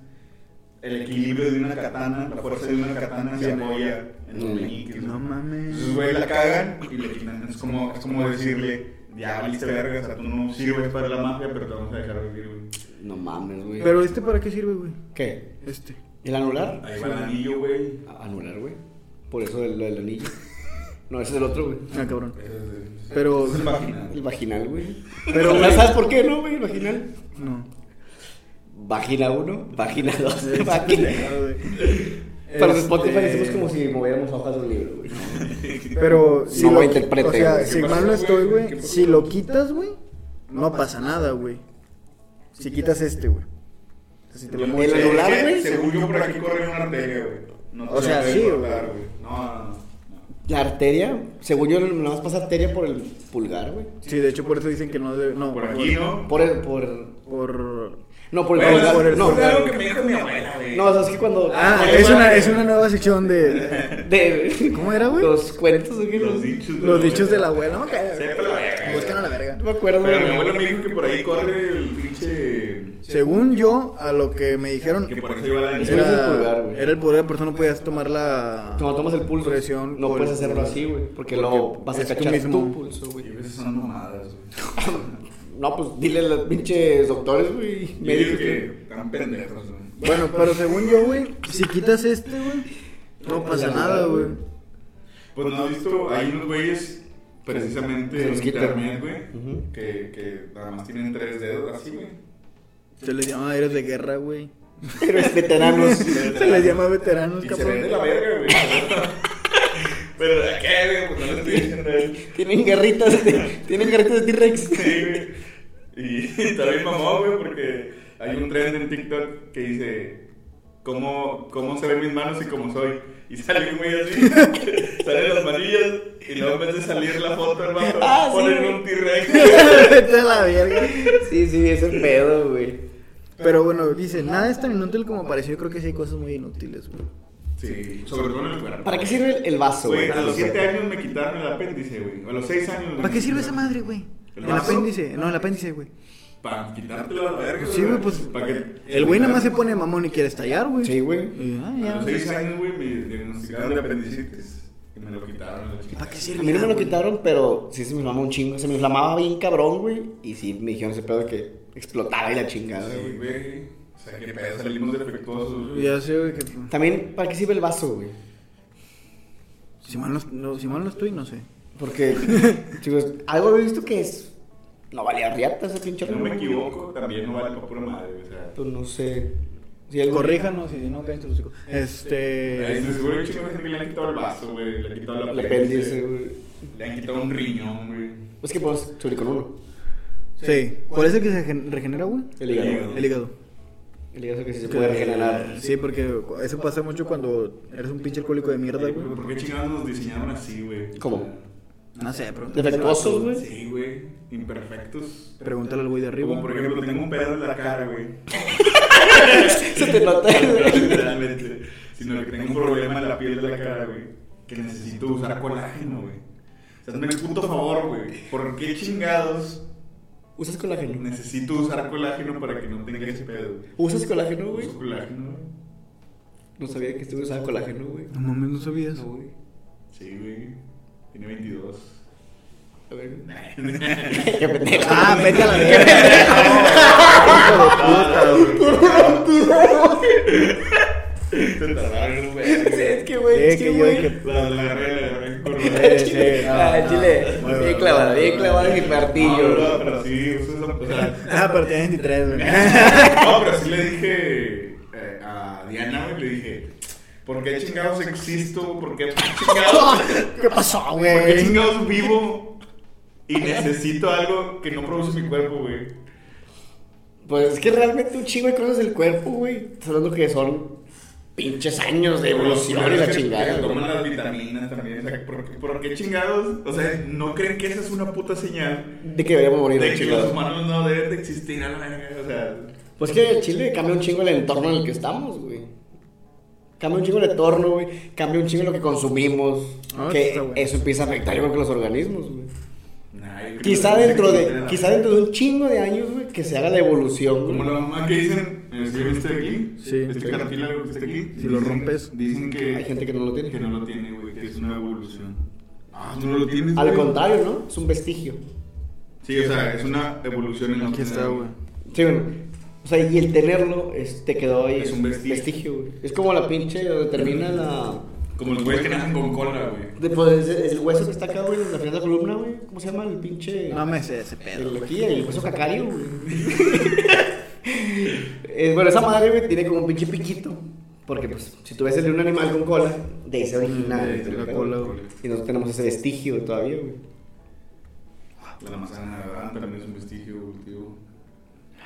Speaker 2: el equilibrio de una katana, la fuerza de una katana se apoya en los
Speaker 1: Mm.
Speaker 2: meñiques.
Speaker 5: No
Speaker 2: güey.
Speaker 5: mames.
Speaker 2: Entonces, Pues, güey, la cagan y le quitan. Es como, es como decirle, ya valiste verga, o sea, tú no sirves para la mafia, pero te vamos a dejar vivir, güey.
Speaker 1: No mames, güey.
Speaker 5: Pero este para qué sirve, güey?
Speaker 1: ¿Qué?
Speaker 5: Este.
Speaker 1: ¿El anular?
Speaker 2: Ahí va el anillo, güey.
Speaker 1: A- Anular, güey. Por eso el, el anillo. No, ese es el otro, güey.
Speaker 5: Ah, cabrón.
Speaker 2: Eso es de-
Speaker 5: Pero-
Speaker 2: eso es vaginal.
Speaker 1: El vaginal, güey.
Speaker 5: Pero,
Speaker 1: Pero,
Speaker 5: güey-
Speaker 1: ¿sabes por qué no, güey? El vaginal.
Speaker 5: No.
Speaker 1: Vagina 1, vagina 2, vagina. Para
Speaker 5: Para
Speaker 1: los Spotify
Speaker 5: Este-
Speaker 1: hicimos como si moviéramos hojas de un libro, güey.
Speaker 5: Pero si
Speaker 1: No
Speaker 5: lo
Speaker 1: lo interprete,
Speaker 5: O sea,
Speaker 1: güey.
Speaker 5: si
Speaker 2: ¿Qué
Speaker 5: mal no
Speaker 2: pasó,
Speaker 5: estoy,
Speaker 2: güey?
Speaker 5: güey,
Speaker 2: ¿Qué
Speaker 5: si
Speaker 2: pasó?
Speaker 5: lo quitas, güey, no pasa nada, güey. Si quitas este, güey. O sea, si te lo
Speaker 2: Yo-
Speaker 5: mueves-
Speaker 2: eh,
Speaker 1: anular,
Speaker 2: eh,
Speaker 1: güey,
Speaker 2: Según yo, por aquí corre una arteria, güey. No te
Speaker 5: O sea,
Speaker 2: la puedes
Speaker 5: sí,
Speaker 2: cortar,
Speaker 5: güey.
Speaker 2: No, no, no.
Speaker 1: La arteria, según yo, nada más pasa arteria por el pulgar, güey.
Speaker 5: Sí, de hecho por eso dicen que no debe, no,
Speaker 2: Por aquí, ¿no?
Speaker 1: Por el, por...
Speaker 5: Por
Speaker 1: No, por el
Speaker 2: Bueno,
Speaker 1: pulgar.
Speaker 2: por el-
Speaker 1: no,
Speaker 2: por algo que me dijo mi abuela, güey.
Speaker 1: no, o sea, es que cuando...
Speaker 5: Ah,
Speaker 2: Ahí
Speaker 5: es
Speaker 2: va,
Speaker 5: una
Speaker 2: güey.
Speaker 5: es una nueva sección de
Speaker 1: De...
Speaker 5: ¿Cómo era, güey?
Speaker 1: Los cuentos, güey.
Speaker 2: Los dichos de
Speaker 5: los
Speaker 2: la
Speaker 5: dichos de la
Speaker 2: abuela.
Speaker 5: abuela. No,
Speaker 2: Sepa
Speaker 5: que-
Speaker 2: la verga,
Speaker 5: Buscan a
Speaker 2: güey.
Speaker 5: la verga.
Speaker 1: No me acuerdo,
Speaker 2: Pero mi
Speaker 1: güey.
Speaker 2: abuela me dijo que por ahí corre el pinche.
Speaker 5: Según yo, a lo que me dijeron
Speaker 2: Que por eso iba la
Speaker 1: Ese no es el
Speaker 5: era
Speaker 1: pulgar, güey.
Speaker 5: era el poder, por eso no podías tomar la
Speaker 1: Cuando tomas el pulso,
Speaker 5: presión
Speaker 1: no
Speaker 5: por-
Speaker 1: puedes hacerlo así, güey. Porque lo vas a
Speaker 5: es tú
Speaker 1: cachar
Speaker 5: mismo.
Speaker 1: tu pulso, güey.
Speaker 2: Y veces son mamadas, güey.
Speaker 1: No, pues dile a los pinches doctores, güey.
Speaker 2: Me dijo
Speaker 1: Médicos
Speaker 2: que están pendejos, güey.
Speaker 5: Bueno, pero según yo, güey, si quitas este, güey, no pasa nada, güey.
Speaker 2: Pues no has visto, hay unos güeyes precisamente
Speaker 1: Se
Speaker 2: en
Speaker 1: los quitan.
Speaker 2: internet, güey,
Speaker 1: Ujú.
Speaker 2: que, que nada más tienen tres dedos así, güey.
Speaker 5: Se les llama héroes de guerra, güey.
Speaker 1: Pero es veteranos.
Speaker 5: Se les llama veteranos,
Speaker 2: Y se ven de la
Speaker 5: cabrón.
Speaker 2: verga, güey. Pero de qué, güey, pues no le estoy diciendo a él.
Speaker 1: tienen guerritas de, tienen guerritas de T-Rex.
Speaker 2: Sí, güey. Y está bien mamón, güey, porque hay un trend en TikTok que dice cómo, cómo se ven mis manos y cómo soy. Y sale un güey así, salen las manillas y luego en vez de salir la foto del vato,
Speaker 1: Ah, sí,
Speaker 2: ponen
Speaker 1: güey.
Speaker 2: un T-Rex.
Speaker 5: Vete a la verga.
Speaker 1: Sí, sí, ese pedo, güey.
Speaker 5: Pero bueno, dice, nada es tan inútil como pareció. Yo creo que sí hay cosas muy inútiles, güey.
Speaker 2: Sí, sobre todo en el cuerpo.
Speaker 1: ¿Para qué sirve el, el vaso,
Speaker 2: Güey,
Speaker 1: güey?
Speaker 2: a los 7 años me quitaron el apéndice, güey. A los 6 años.
Speaker 5: ¿Para qué sirve esa madre, güey?
Speaker 2: ¿El
Speaker 5: El,
Speaker 2: vaso?
Speaker 5: apéndice, no, el apéndice, güey.
Speaker 2: Para quitártelo a la verga.
Speaker 5: Sí, güey, pues.
Speaker 2: Para que-
Speaker 5: El güey nada más se pone mamón y quiere estallar, güey.
Speaker 1: Sí, güey.
Speaker 5: Y, ah,
Speaker 2: A
Speaker 5: ya.
Speaker 2: los 6 años, güey, me diagnosticaron de apendicitis. Y me lo quitaron.
Speaker 5: ¿Para Ah, qué sirve?
Speaker 1: A mí no me lo
Speaker 5: güey?
Speaker 1: quitaron, pero sí se me inflamó un chingo. Se me inflamaba bien cabrón, güey. Y sí me dijeron ese pedo de que explotara y la chingada,
Speaker 2: Sí,
Speaker 1: güey.
Speaker 2: güey. O sea, qué pedo, salimos defectuosos, güey.
Speaker 5: Ya sé, güey, que. pues,
Speaker 1: También, ¿para qué sirve el vaso, güey?
Speaker 5: Si mal no, no- si mal no estoy, no sé.
Speaker 1: Porque, chicos, algo había visto que es. No valía riata ese pinche
Speaker 2: No
Speaker 1: reloj.
Speaker 2: me equivoco, también no vale para pura madre, o sea.
Speaker 1: Pues no sé. Sí, algo-
Speaker 5: Corríjanos si no caen tus hocico. Este.
Speaker 2: Ahí seguro el chico de gente que le han quitado el vaso, güey. Le han quitado
Speaker 1: El
Speaker 2: la
Speaker 1: apéndice, güey.
Speaker 2: Le han quitado un riñón, güey.
Speaker 1: Es que podemos subir con uno.
Speaker 5: Sí. ¿Cuál es el que se gen- regenera, güey?
Speaker 1: El hígado.
Speaker 2: El hígado.
Speaker 5: El hígado.
Speaker 1: El hígado que sí se puede regenerar.
Speaker 5: Sí, porque eso pasa mucho cuando eres un pinche alcohólico de mierda,
Speaker 2: Oye,
Speaker 5: güey.
Speaker 2: ¿Por qué chingados nos diseñaron así, güey?
Speaker 1: ¿Cómo?
Speaker 5: No sé, pero.
Speaker 1: Defectuosos, güey.
Speaker 2: Sí, güey. Imperfectos.
Speaker 5: Pregúntale al güey de arriba.
Speaker 2: Como por ejemplo, tengo un pedo en la cara, güey.
Speaker 1: Se te nota, güey.
Speaker 2: Literalmente. Sino que tengo un problema en la piel de la cara, güey. Que necesito usar colágeno, güey. O sea, hazme el puto favor, güey. ¿Por qué chingados
Speaker 1: ¿Usas colágeno?
Speaker 2: necesito usar colágeno para que no tenga ese pedo? güey?
Speaker 1: ¿Usas colágeno, güey?
Speaker 2: Uso colágeno, güey.
Speaker 1: No sabía que estuve usando colágeno, güey.
Speaker 5: No mames, no sabías.
Speaker 1: No, güey.
Speaker 2: Sí, güey. Tiene 22.
Speaker 1: A ver. güey.
Speaker 2: Qué
Speaker 1: pendejo.
Speaker 5: Ah, vete a la verga.
Speaker 2: Se tardaron, güey.
Speaker 1: Sí, es que, güey, es
Speaker 5: Eh,
Speaker 1: que,
Speaker 5: que yo
Speaker 1: güey.
Speaker 5: que-
Speaker 2: La la agarré, la agarré en curva.
Speaker 5: Eh, sí,
Speaker 1: Chile,
Speaker 5: ah,
Speaker 1: ah, chile,
Speaker 5: muy
Speaker 1: bien
Speaker 5: bueno.
Speaker 1: clavado,
Speaker 2: ah,
Speaker 1: bien clavado en mi
Speaker 2: No,
Speaker 1: martillo.
Speaker 2: no, pero sí, usa esa- o sea,
Speaker 5: Ah, pero tienes 23, güey.
Speaker 2: No, pero sí le dije eh, a Diana, güey, le dije, ¿por qué chingados existo? ¿Por qué chingados,
Speaker 5: ¿Qué pasó,
Speaker 2: por qué
Speaker 5: güey?
Speaker 2: chingados vivo? Y necesito algo que no produce mi cuerpo, güey.
Speaker 1: Pues es que realmente un chingo de cosas del cuerpo, güey. Estás hablando que son pinches años de evolución y la
Speaker 2: Que-
Speaker 1: chingada.
Speaker 2: Que toman
Speaker 1: güey.
Speaker 2: las vitaminas también. O sea, ¿por, qué- por qué chingados? O sea, ¿no creen que esa es una puta señal?
Speaker 1: De que deberíamos morir,
Speaker 2: De
Speaker 1: de
Speaker 2: que los
Speaker 1: chingada.
Speaker 2: humanos no deben de existir a la verga. O sea,
Speaker 1: Pues que el Chile cambia un chingo el entorno en el que estamos, güey. Cambia un chingo el entorno, güey. Cambia un chingo lo que consumimos.
Speaker 5: Ah, eso
Speaker 1: que
Speaker 5: está bueno.
Speaker 1: eso empieza a afectar, yo creo que los organismos, güey.
Speaker 2: nah, yo creo
Speaker 1: Quizá
Speaker 2: que-
Speaker 1: dentro
Speaker 2: que-
Speaker 1: de, quizá dentro de un chingo de años, güey, que se haga la evolución,
Speaker 2: Como
Speaker 1: güey.
Speaker 2: la mamá que dicen, eh, ¿sí viste aquí?
Speaker 5: Sí.
Speaker 2: Este cartílago que está aquí.
Speaker 5: Si lo
Speaker 2: Dicen-
Speaker 5: rompes.
Speaker 2: Dicen que.
Speaker 1: Hay gente que no lo tiene.
Speaker 2: Que no lo tiene, güey, que es una evolución. Ah, tú no lo tienes.
Speaker 1: Al
Speaker 2: güey?
Speaker 1: contrario, ¿no? Es un vestigio.
Speaker 2: Sí, o sea, es una evolución en la
Speaker 5: Aquí está, güey.
Speaker 1: Sí, bueno. O sea, y el tenerlo es- te quedó ahí.
Speaker 2: Es un vestigio.
Speaker 1: güey. Es como la pinche donde termina la.
Speaker 2: Como los güeyes que nacen con cola, güey.
Speaker 1: de- pues, es- es el hueso que está acá, güey, en la final de la columna, güey. ¿Cómo se llama el pinche.?
Speaker 5: No me sé ese pedo,
Speaker 1: El,
Speaker 5: güey.
Speaker 1: aquí, el hueso cacario, güey. Eh, bueno, esa madre, güey, tiene como un pinche piquito. Porque, pues, si tú ves el de un animal con cola, de ahí se origina.
Speaker 2: De ahí
Speaker 1: güey,
Speaker 2: se la
Speaker 1: ¿verdad?
Speaker 2: cola, güey.
Speaker 1: Y nosotros tenemos ese vestigio todavía, güey.
Speaker 2: La manzana Ah, de Adán también es un vestigio evolutivo.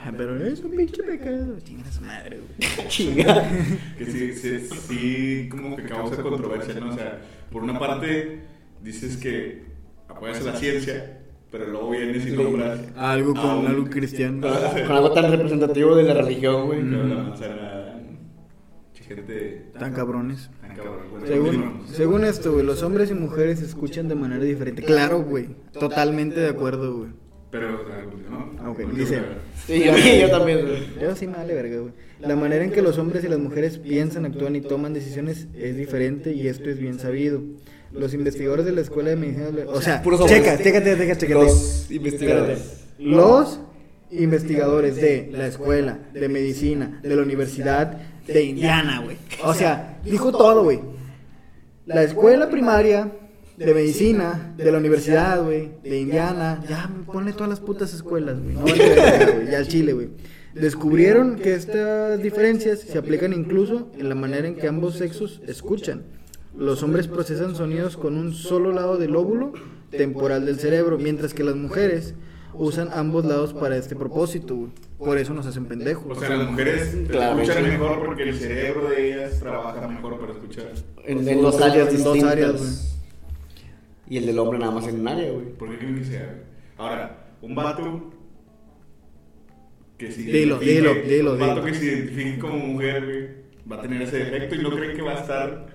Speaker 5: Ah, Pero es un pinche pecado. Chinga su madre, güey.
Speaker 1: Chinga.
Speaker 2: Que sí, sí, sí, como que causa controversia, ¿no? O sea, por una parte dices que apoyas a la ciencia, pero luego vienes y nombras.
Speaker 5: Algo
Speaker 2: a
Speaker 5: con
Speaker 2: un-
Speaker 5: algo cristiano.
Speaker 1: Con algo tan representativo de la religión, güey.
Speaker 2: Güey, que la manzana. Gente
Speaker 5: Tan cabrones.
Speaker 2: tan cabrón. Bueno,
Speaker 5: Según,
Speaker 2: continuamos.
Speaker 5: según esto, güey, los hombres y mujeres se escuchan de manera diferente. Claro, güey. Totalmente de acuerdo, güey.
Speaker 2: Pero, o sea, ¿no?
Speaker 5: Ah, ok,
Speaker 2: Porque,
Speaker 5: dice-
Speaker 1: Sí, yo, yo también, güey.
Speaker 5: Yo sí me vale verga, güey. La manera en que los hombres y las mujeres piensan, actúan y toman decisiones es diferente y esto es bien sabido. Los investigadores de la Escuela de Medicina... O sea,
Speaker 1: Puros hombres.
Speaker 5: checa, chécate, chécate, ah, chécate.
Speaker 1: Los investigadores.
Speaker 5: Espérate. Los investigadores de la Escuela de Medicina, de la Universidad de Indiana, güey. O sea, dijo todo, güey. La escuela primaria de medicina de la universidad, güey, de Indiana, ya ponle todas las putas escuelas, güey, no vale verga, güey, ya al Chile, güey. Descubrieron que estas diferencias se aplican incluso en la manera en que ambos sexos escuchan. Los hombres procesan sonidos con un solo lado del lóbulo temporal del cerebro, mientras que las mujeres usan ambos lados para este propósito, güey. Por eso nos hacen pendejos.
Speaker 2: O sea, las mujeres
Speaker 1: Claro.
Speaker 2: escuchan mejor porque el cerebro de ellas trabaja mejor para escuchar.
Speaker 1: En, en dos áreas
Speaker 5: En dos
Speaker 1: distintas.
Speaker 5: áreas, güey.
Speaker 1: y el del hombre nada más en un área, güey.
Speaker 2: ¿Por qué creen que sea? güey? Ahora, un vato que se
Speaker 5: Dilo,
Speaker 2: identifique-
Speaker 5: dilo, dilo,
Speaker 2: Un vato
Speaker 5: dilo.
Speaker 2: que se identifique como mujer, güey. va a tener ese defecto y no creen que va a estar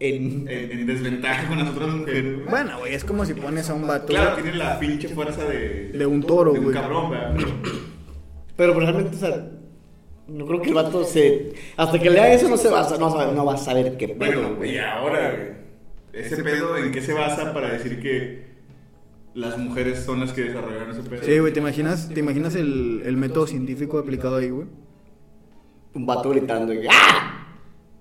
Speaker 2: en,
Speaker 1: En...
Speaker 2: en desventaja con las otras mujeres. güey?
Speaker 5: Bueno, güey, es como si pones a un vato
Speaker 2: claro, tiene la pinche fuerza de,
Speaker 5: de un toro,
Speaker 2: de un
Speaker 5: güey.
Speaker 2: cabrón, ¿verdad?
Speaker 1: Pero pues, realmente, o sea, no creo que el vato se... Hasta que lea eso no se va a, no, sabe- no va a saber qué pedo,
Speaker 2: Bueno, y
Speaker 1: güey.
Speaker 2: ahora, güey, ese pedo, ¿en qué se basa para decir que las mujeres son las que desarrollaron ese pedo?
Speaker 5: Sí, güey, ¿te imaginas, te imaginas el, el método científico aplicado ahí, güey?
Speaker 1: Un vato gritando y... ¡Ah!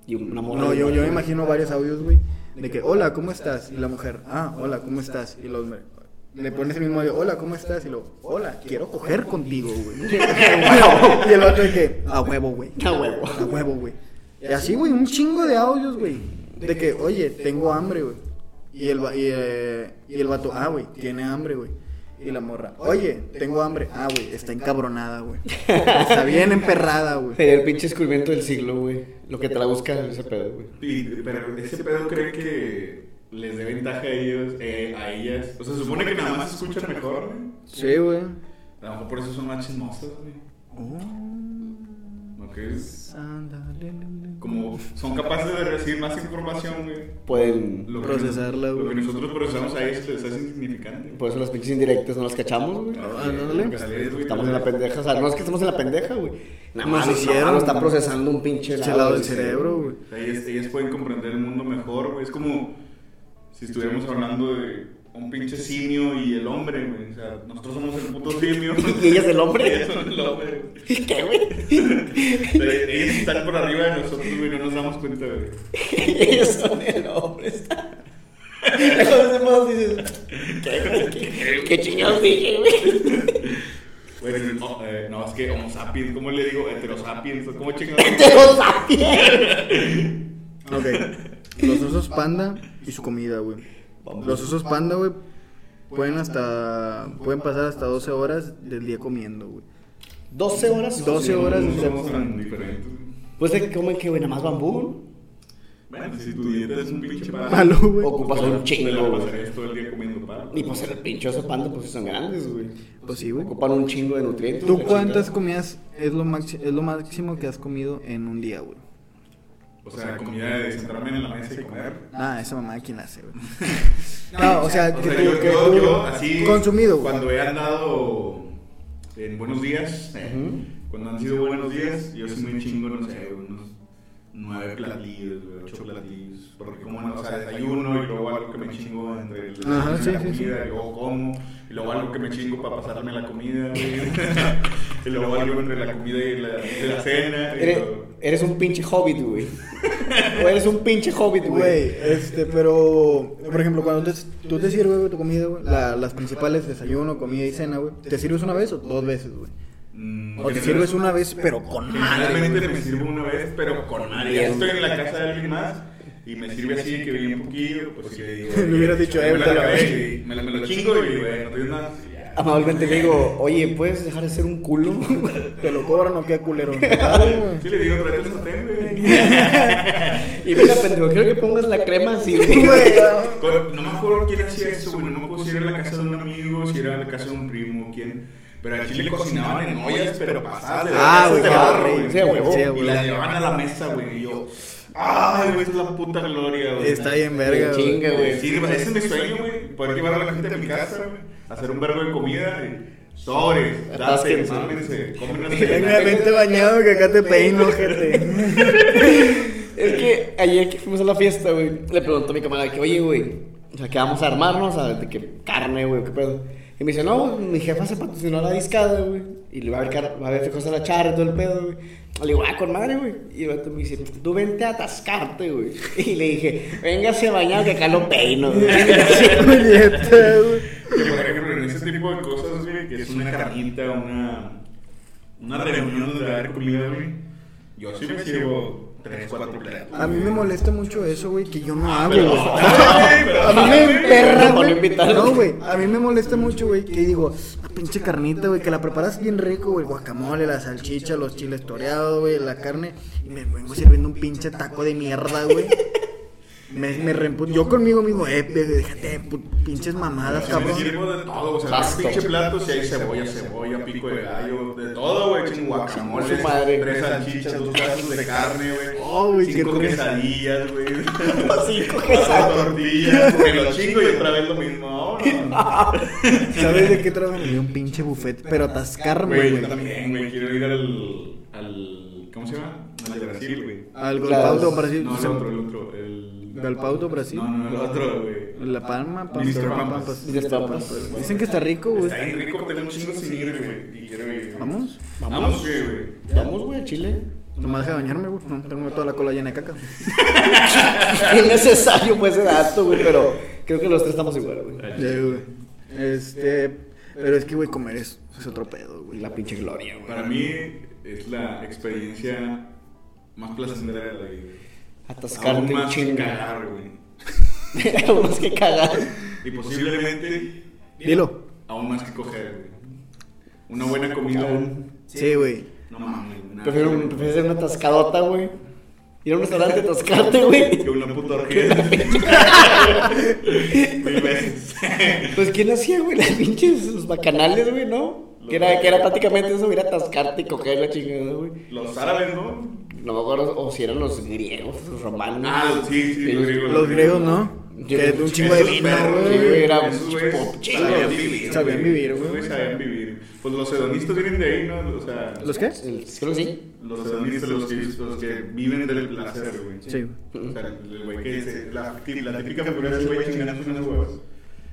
Speaker 1: Y una morra...
Speaker 5: No, yo, yo me imagino varios audios, güey, de que, hola, ¿cómo estás? Y la mujer, ah, hola, ¿cómo estás? Y los... Le pones el mismo audio, hola, ¿cómo estás? Y lo, hola, quiero coger contigo, güey. y el vato de que, a huevo, güey.
Speaker 1: A huevo.
Speaker 5: A huevo, güey. Y así, güey, un chingo de audios, güey. De que, oye, tengo hambre, güey. Y el, va- y, eh, y el vato, ah, güey, tiene hambre, güey. Y la morra, oye, tengo hambre. Ah, güey, está encabronada, güey. Está bien emperrada, güey.
Speaker 1: Sería el pinche descubrimiento del siglo, güey. Lo que te la busca ese pedo, güey.
Speaker 2: Y- pero ese pedo cree que les dé ventaja a ellos, eh, a ellas. O sea, se supone que nada más se escuchan mejor, güey.
Speaker 5: Sí, güey.
Speaker 2: A lo mejor por eso son más chismosas, güey.
Speaker 5: Oh,
Speaker 2: ¿No crees? Como son capaces de recibir más información, güey.
Speaker 1: Pueden...
Speaker 2: Lo que-
Speaker 5: Procesarla,
Speaker 2: Lo que
Speaker 5: güey.
Speaker 2: nosotros procesamos a ellos les hace insignificante.
Speaker 1: Por eso las pinches indirectas no las cachamos, güey.
Speaker 5: ándale.
Speaker 2: Porque así es, güey.
Speaker 1: Ah, Estamos en la pendeja, o sea, no es que estamos en la pendeja, güey. Nada
Speaker 5: Nos
Speaker 1: más nos
Speaker 5: hicieron.
Speaker 1: está procesando un pinche
Speaker 5: Pinche
Speaker 1: helado,
Speaker 5: lado del
Speaker 1: güey.
Speaker 5: cerebro, güey.
Speaker 2: O sea, ellas, ellas pueden comprender el mundo mejor, güey. Es como si estuviéramos hablando de un pinche simio y el hombre, güey. O sea, nosotros somos el puto simio.
Speaker 1: Y ellas el hombre.
Speaker 2: Ellas son el hombre, güey.
Speaker 1: ¿Qué, güey?
Speaker 2: O sea, Ellas están por arriba de nosotros, güey. No nos damos cuenta, güey.
Speaker 1: Ellos son el hombre. está. Luego de modo dices, ¿qué, güey? ¿Qué, qué chingados dije, güey?
Speaker 2: Güey, no, eh, no, es que homo sapiens, ¿cómo le digo? Heterosapiens, ¿cómo chingados?
Speaker 1: Te lo sabía.
Speaker 5: Ok. Los osos panda y su comida, güey. Los osos panda, güey, pueden hasta pueden pasar hasta 12 horas del día comiendo, güey.
Speaker 1: 12 horas.
Speaker 5: 12 horas.
Speaker 2: No somos tan diferentes. güey.
Speaker 1: Pues de que comen que, güey, nada más bambú.
Speaker 2: Bueno, si tu dieta es un pinche palo.
Speaker 5: Malo, güey.
Speaker 1: Ocupas un
Speaker 2: Te la
Speaker 1: chingo, güey.
Speaker 2: pasarías todo el día comiendo palo.
Speaker 1: Y pues el pinche oso panda, pues son grandes, güey.
Speaker 5: Pues sí, güey.
Speaker 1: Ocupan un chingo de nutrientes.
Speaker 5: ¿Tú
Speaker 1: la
Speaker 5: cuántas
Speaker 1: chingada.
Speaker 5: comidas es lo, maxi- es lo máximo que has comido en un día, güey?
Speaker 2: O sea, comida de sentarme en la mesa y comer.
Speaker 5: Ah, esa mamá quién la hace, güey. No, o sea,
Speaker 2: O
Speaker 5: que
Speaker 2: sea,
Speaker 5: tú,
Speaker 2: yo,
Speaker 5: que
Speaker 2: yo-
Speaker 5: tú-
Speaker 2: yo, así,
Speaker 5: consumido, güey.
Speaker 2: Cuando he andado en buenos días, eh,
Speaker 1: Ujú.
Speaker 2: cuando han sido buenos días, yo soy muy chingo, no sé, unos nueve platillos, güey, ocho platillos. Porque como, no, o sea, desayuno y luego algo que me chingo entre el-
Speaker 5: Ajá,
Speaker 2: la
Speaker 5: sí,
Speaker 2: comida,
Speaker 5: sí, sí.
Speaker 2: y luego como, y luego algo que me chingo para pasarme la comida, güey. y luego algo entre la comida y la, y la cena. y
Speaker 1: Eres,
Speaker 2: luego-
Speaker 1: eres un pinche hobbit, güey. O eres un pinche hobbit,
Speaker 5: Güey,
Speaker 1: güey.
Speaker 5: este, pero, por ejemplo, cuando te- tú te sirves, güey, tu comida, güey, la- las principales, desayuno, comida y cena, güey, ¿te sirves una vez o dos veces, güey?
Speaker 2: Mm,
Speaker 5: O te
Speaker 2: general-
Speaker 5: sirves una vez, pero con madre,
Speaker 2: Generalmente
Speaker 5: güey.
Speaker 2: me sirvo una vez, pero con madre. Ya estoy en la casa de alguien más y me sirve así que bien poquillo, pues sí le digo.
Speaker 5: Le hubieras dicho, eh,
Speaker 2: me lo
Speaker 5: te la
Speaker 2: acabé,
Speaker 5: acabé.
Speaker 2: y me, lo- me lo chingo y güey, no tienes nada. y ya.
Speaker 1: Amablemente le digo, oye, ¿puedes dejar de ser un culo?
Speaker 5: ¿Te lo cobran o qué culero? Claro, güey.
Speaker 2: Sí le digo, pero el sartén, güey.
Speaker 1: Y mira, pendejo, quiero que pongas la crema así, güey.
Speaker 5: Güey, ah.
Speaker 2: Con- No me acuerdo quién hacía eso, güey. No me acuerdo si era la casa de un amigo, si era la casa de un primo, quién. Pero a Chile cocinaban en ollas, pero pasadas. de
Speaker 5: Ah,
Speaker 2: vergas
Speaker 5: güey,
Speaker 2: de
Speaker 5: qué
Speaker 2: barro,
Speaker 5: horrible.
Speaker 2: güey.
Speaker 1: Sí, güey,
Speaker 5: sí,
Speaker 2: Y
Speaker 5: güey.
Speaker 2: la llevaban a la mesa, güey. Y yo, ay, güey, esta es la puta gloria, güey.
Speaker 5: Está bien
Speaker 1: Bien
Speaker 5: verga,
Speaker 1: chinga,
Speaker 5: güey.
Speaker 1: güey.
Speaker 2: Sí, ese es mi sueño, güey. Poder llevar a la gente a mi casa, güey. Hacer un verbo de comida. y Sobres, date,
Speaker 1: Atásquense.
Speaker 2: mámense, comen una
Speaker 5: Venga,
Speaker 2: cena.
Speaker 5: vente bañado que acá te peino, gente.
Speaker 1: Es que ayer que fuimos a la fiesta, güey, le preguntó a mi camarada que, oye, güey, o sea, que vamos a armarnos, o sea, de que carne, güey, qué pedo. Y me dice, no, mi jefa se patrocinó la discada, güey, y le va a haber, car- va a haber cosas a la charla y todo el pedo, güey. Le digo, ah, con madre, güey. Y el vato me dice, tú vente a atascarte, güey. Y le dije, véngase bañado que acá lo peino, güey.
Speaker 5: Julieta, güey.
Speaker 2: Que, por ejemplo, en ese tipo de cosas, güey, que es una carnita, una, una reunión donde va a haber comida, güey. Yo sí me sirvo 3, 4 platos.
Speaker 5: A mí me molesta mucho eso, güey, que yo no hago,
Speaker 2: Ah, pero-
Speaker 5: güey.
Speaker 2: pero-
Speaker 5: A mí me emperra,
Speaker 1: Por no
Speaker 5: güey.
Speaker 1: invitarme.
Speaker 5: No, güey, a mí me molesta mucho, güey, que digo, la pinche carnita, güey, que la preparas bien rico, güey, guacamole, la salchicha, los chiles toreados, güey, la carne, y me vengo sirviendo un pinche taco de mierda, güey. Me, me reempu- Yo conmigo mismo, eh, pe- déjate, de pu- pinches mamadas,
Speaker 2: Yo me
Speaker 5: cabrón.
Speaker 2: sirvo de todo, o sea,
Speaker 1: Pasto.
Speaker 2: en un pinche plato si hay cebolla, cebolla, pico de gallo, de todo, güey, chingo guacamole,
Speaker 1: Su madre.
Speaker 2: tres salchichas, dos pedazos de carne, güey,
Speaker 5: Oh, güey,
Speaker 2: cinco
Speaker 5: qué
Speaker 2: quesadillas, güey,
Speaker 1: Cinco
Speaker 2: cuatro tortillas, güey, lo chingo y otra vez lo mismo, no, no.
Speaker 5: ¿Sabes de qué trabajo? Me dio un pinche buffet, pero atascarme,
Speaker 2: Güey,
Speaker 5: güey.
Speaker 2: yo también, güey, quiero ir al, al, ¿cómo se llama? Al de Brasil, güey.
Speaker 5: Al
Speaker 1: Las-
Speaker 5: Golpaudo, Brasil.
Speaker 2: No, el otro, el otro, el...
Speaker 5: Golpaudo, Brasil.
Speaker 2: No, no, el otro, güey.
Speaker 5: La Palma, Pampas.
Speaker 2: Mr. Pampas.
Speaker 1: Mr. Pampas.
Speaker 5: Dicen que está rico, güey.
Speaker 2: Está bien rico, tengo un chingo sin ir, güey, y quiero ir, güey.
Speaker 5: Vamos.
Speaker 2: Vamos, güey, güey.
Speaker 1: Vamos, güey, a Chile.
Speaker 5: Nomás deja bañarme, güey. No, tengo toda la cola llena de caca.
Speaker 1: Innecesario fue pues, ese dato, güey, pero creo que los tres estamos igual, güey.
Speaker 2: Eh,
Speaker 5: Ya, güey. Este. Pero es que, güey, comer es, es otro pedo, güey.
Speaker 1: La pinche gloria, güey.
Speaker 2: Para mí es la experiencia más placentera de la vida. Aún
Speaker 1: Atascarte un
Speaker 2: más que
Speaker 1: chingo.
Speaker 2: cagar, güey.
Speaker 1: Aún más que cagar.
Speaker 2: Y posiblemente
Speaker 5: Dilo.
Speaker 2: aún más que coger, güey. Una buena comida.
Speaker 5: Sí, güey.
Speaker 2: No mames, nada.
Speaker 1: Prefiero, un- prefiero hacer una atascadota, güey. Ir a un restaurante a atascarte, güey.
Speaker 2: que una puta orgía. Mil veces.
Speaker 1: Pues, ¿quién hacía, güey? Las pinches los bacanales, güey, ¿no? Que era, que era prácticamente eso, ir a atascarte y coger la chingada, güey.
Speaker 2: Los árabes, ¿no?
Speaker 1: No me acuerdo, o si eran los griegos, los romanos.
Speaker 2: Ah, sí, sí, los griegos.
Speaker 5: Los griegos, ¿no?
Speaker 1: Yo-
Speaker 5: Que un chingo de
Speaker 1: Esos
Speaker 5: vino,
Speaker 1: perros,
Speaker 5: güey.
Speaker 1: sí, güey, era
Speaker 2: Esos
Speaker 1: un
Speaker 2: güeyes
Speaker 1: po- chingo
Speaker 2: sabían
Speaker 1: de
Speaker 2: vivir,
Speaker 5: sabían
Speaker 2: güey.
Speaker 5: vivir, güey.
Speaker 2: Esos güeyes Sabían vivir. Pues los hedonistas vienen de ahí, ¿no? O sea,
Speaker 5: ¿Los qué?
Speaker 1: El- Creo que sí.
Speaker 2: Los hedonistas, los que, los que viven del placer, güey.
Speaker 5: Sí, güey.
Speaker 2: O sea, el güey que dice, la, tí- la típica figura del güey chingándose unas huevas.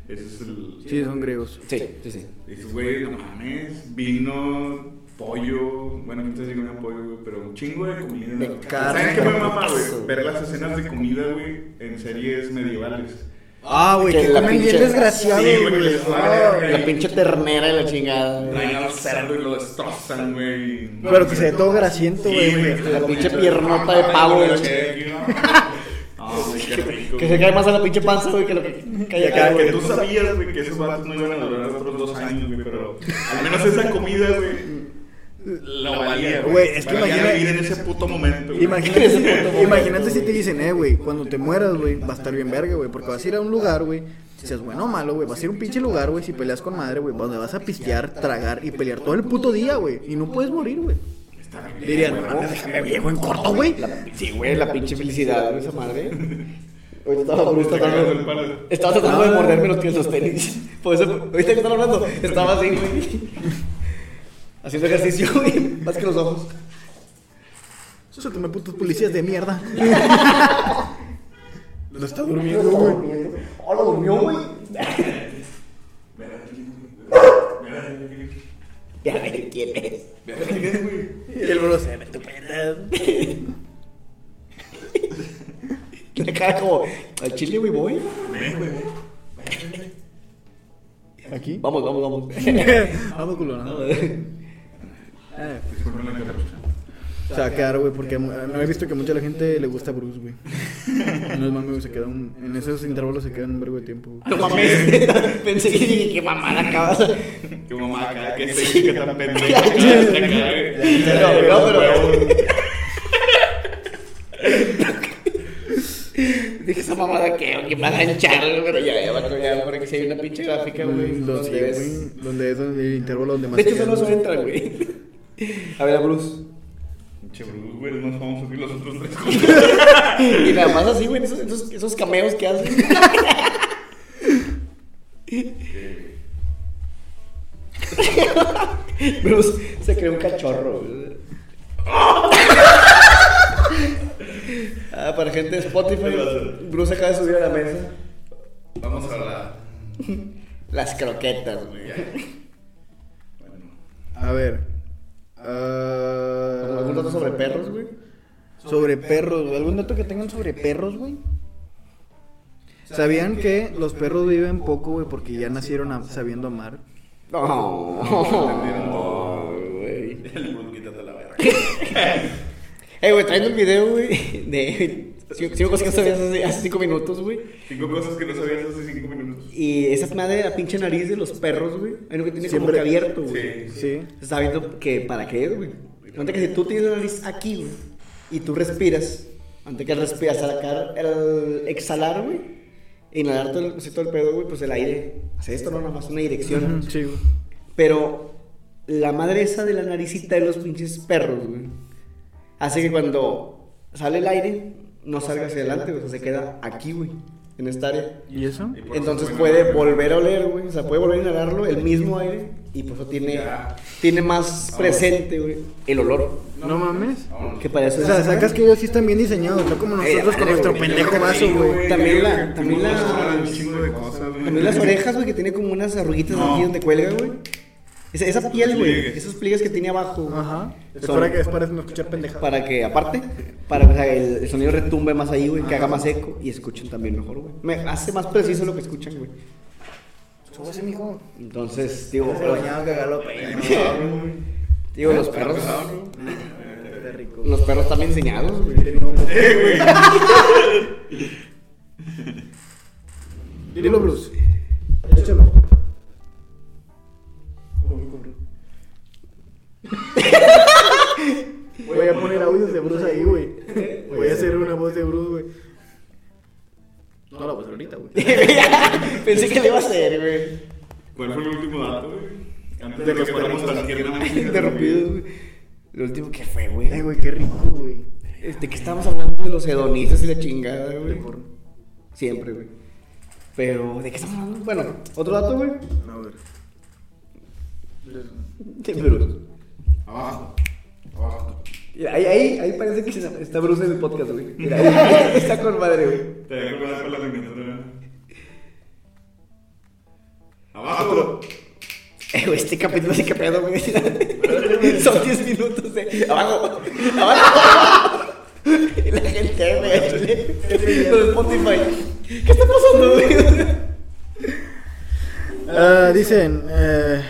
Speaker 2: Ese es el...
Speaker 5: Sí, son griegos.
Speaker 1: Sí, sí, sí.
Speaker 2: Dices, güey, no mames, vino, pollo, bueno, no sé si comían pollo, güey, pero un chingo de comida.
Speaker 1: De
Speaker 5: carne,
Speaker 2: ¿Saben qué me mama,
Speaker 1: putazo.
Speaker 2: güey? Ver las escenas de comida, güey, en series medievales.
Speaker 5: Ah, güey,
Speaker 1: Que
Speaker 5: que
Speaker 1: la
Speaker 5: comen bien
Speaker 1: pinche-
Speaker 5: desgraciado,
Speaker 2: Sí, güey,
Speaker 5: güey.
Speaker 2: les
Speaker 5: Ah,
Speaker 2: vale,
Speaker 1: La pinche ternera y la chingada. güey.
Speaker 2: Traen al cerdo y lo destrozan, güey.
Speaker 5: Pero que se ve todo grasiento,
Speaker 2: Sí,
Speaker 5: güey.
Speaker 2: güey,
Speaker 1: La pinche piernota de pavo,
Speaker 2: güey.
Speaker 1: güey.
Speaker 2: Ah, güey, qué rico.
Speaker 1: Que se cae más a la pinche panza, güey, que lo que cae acá,
Speaker 2: Que
Speaker 1: güey.
Speaker 2: tú sabías, güey, que esos vatos no iban a durar otros dos años, güey, pero al menos esa comida, güey, la valía,
Speaker 5: Güey, es que
Speaker 2: Valía
Speaker 5: imagina-
Speaker 2: vivir en ese puto momento, güey.
Speaker 5: Imagínate, imagínate si te dicen, eh, güey, cuando te mueras, güey, va a estar bien verga, güey, porque vas a ir a un lugar, güey. Seas bueno o malo, güey, vas a ir a un pinche lugar, güey, si peleas con madre, güey, donde vas a pistear, tragar y pelear todo el puto día, güey, y no puedes morir, güey. Dirían, no, déjame viejo en corto, güey.
Speaker 1: Sí, güey, la pinche felicidad, güey, esa madre. Ahorita estaba,
Speaker 2: Te cagas del
Speaker 1: tratando,
Speaker 2: palo.
Speaker 1: estaba tratando de morderme los pies Ah. los tenis. Por eso, ahorita que están hablando, estaba así, güey. Haciendo ejercicio, güey. Más que los ojos.
Speaker 5: Suéltame putos policías de mierda. Lo está durmiendo, güey.
Speaker 1: Oh, lo durmió, güey. Ya ve quién es.
Speaker 5: Y el bro se mete
Speaker 1: La cara como, al chile, güey, voy.
Speaker 5: aquí.
Speaker 1: Vamos, vamos, vamos.
Speaker 5: Vamos, culo, ¿no? Eh, Se va a quedar, güey, porque mu- no he visto que mucha la gente le gusta Bruce, güey. No es mami, güey, se queda un... En esos intervalos se queda un vergo de tiempo. güey.
Speaker 1: No mames. Pensé que dije, qué mamada acabas.
Speaker 2: Qué mamá, cada que se dice que tan pendeja.
Speaker 1: Sí. No, no, pero- Dije, esa mamada que, que me van a hinchar, pero ya, ya va a cambiar, porque si hay una pinche gráfica, güey.
Speaker 5: Mm,
Speaker 1: donde
Speaker 5: Donde,
Speaker 1: ves-
Speaker 5: güey, donde es donde el intervalo donde más...
Speaker 1: De hecho,
Speaker 5: se
Speaker 1: eso no se
Speaker 5: quedan,
Speaker 1: entra, güey. A ver, a Bruce.
Speaker 2: Che, Bruce, güey, no vamos a decir los otros tres.
Speaker 1: Y nada más así, güey, esos, esos, esos cameos que hacen. Bruce se creó un cachorro. güey. ah, para gente de Spotify, Bruce acaba de subir a la mesa.
Speaker 2: Vamos a la.
Speaker 1: Las croquetas, güey.
Speaker 2: Ya. Bueno.
Speaker 5: A ver. ah,
Speaker 1: ¿Algún dato sobre perros, güey?
Speaker 5: Sobre perros, güey. ¿Algún dato que tengan sobre perros, güey? ¿Sabían que los perros viven poco, güey, porque ya nacieron a- sabiendo amar?
Speaker 1: No, güey.
Speaker 2: El mundo quítate la verga.
Speaker 1: Eh, güey, trayendo el video, güey, de cinco, cinco cosas que no sabías hace, hace cinco minutos, güey.
Speaker 2: Cinco cosas que no sabías hace cinco minutos.
Speaker 1: Y esa madre, la pinche nariz de los perros, güey. Hay uno que tiene como
Speaker 5: Siempre-
Speaker 1: que abierto,
Speaker 2: Sí.
Speaker 1: güey.
Speaker 5: Sí.
Speaker 1: Se Está viendo que para qué, güey. Cuenta que si tú tienes la nariz aquí, güey, y tú respiras, Antes que respiras a la cara, el exhalar, güey, e inhalar todo el, sí, todo el pedo, güey, pues el aire. Hace esto, no, nada más una dirección.
Speaker 5: Ujú, Sí, güey.
Speaker 1: Pero la madre esa de la naricita de los pinches perros, güey. Hace que cuando sale el aire, no salga hacia adelante, güey. O sea, se queda aquí, güey. En esta área.
Speaker 5: ¿Y eso?
Speaker 2: Y por eso
Speaker 1: Entonces
Speaker 2: se
Speaker 1: puede
Speaker 2: oler.
Speaker 1: volver a oler, güey. O sea, puede volver a inhalarlo el mismo aire. Y por eso tiene,
Speaker 2: Ya.
Speaker 1: tiene más presente, güey, el olor.
Speaker 5: No mames.
Speaker 2: Vámonos.
Speaker 1: Que para
Speaker 5: O
Speaker 1: eso es-
Speaker 5: sea, sacas que ellos sí están bien diseñados, no como
Speaker 1: Eh,
Speaker 5: nosotros con
Speaker 1: vale,
Speaker 5: nuestro
Speaker 1: güey,
Speaker 5: pendejo
Speaker 1: yo
Speaker 5: vaso,
Speaker 1: creo que
Speaker 5: güey.
Speaker 1: También la- también la-
Speaker 2: Un chingo de cosas, güey.
Speaker 1: También las orejas, güey, que tiene como unas arruguitas
Speaker 2: No.
Speaker 1: aquí donde cuelga, güey. Esa, esa piel, güey.
Speaker 2: pliegues.
Speaker 1: Esos pliegues que tiene abajo. güey,
Speaker 5: Ajá. Es
Speaker 1: son-
Speaker 5: para que después no escuchar pendejadas.
Speaker 1: Para que, aparte, para que o sea, el, el sonido retumbe más ahí, güey, que haga más eco y escuchen también mejor, güey. Me hace más preciso lo que escuchan, güey.
Speaker 5: Súbase, mijo.
Speaker 1: Entonces, digo,
Speaker 5: Se
Speaker 1: los,
Speaker 5: bañaba cagalo,
Speaker 2: Ay,
Speaker 5: pe-
Speaker 2: no, cabrón, güey.
Speaker 1: digo, los perros,
Speaker 2: Cabrón.
Speaker 5: Qué rico.
Speaker 1: los perros están enseñados, güey.
Speaker 5: Dilo, Bruce. Échame. Voy a poner audios de Bruce ahí, güey. Voy a hacer una voz de Bruce, güey. No la voy a hacer ahorita, güey.
Speaker 1: Pensé que le iba a hacer, güey.
Speaker 2: ¿Cuál fue el último dato, güey? Antes
Speaker 5: De
Speaker 2: de
Speaker 5: que
Speaker 2: que fuéramos a la tierra.
Speaker 1: Interrumpido, güey. Lo último que fue,
Speaker 5: Ay,
Speaker 1: güey.
Speaker 5: güey, qué rico, güey.
Speaker 1: Este, que estábamos hablando de los hedonistas y la chingada, güey.
Speaker 5: porno.
Speaker 1: Siempre, güey. Pero, ¿de qué estamos hablando? Bueno, otro dato, güey.
Speaker 5: No, güey.
Speaker 1: Sí, Bruce.
Speaker 2: Abajo. Abajo.
Speaker 1: Mira, ahí, ahí, ahí parece que está Bruce en el podcast, güey. Mira, ahí, está con madre, güey.
Speaker 2: Te voy a acordar con la miniatura. Abajo.
Speaker 1: Eh, güey, este capítulo sí que pedo, güey. Son 10 minutos, eh. Abajo, abajo. Y La gente, güey. Los Spotify. ¿Qué está pasando, güey?
Speaker 5: Ah, dicen, eh,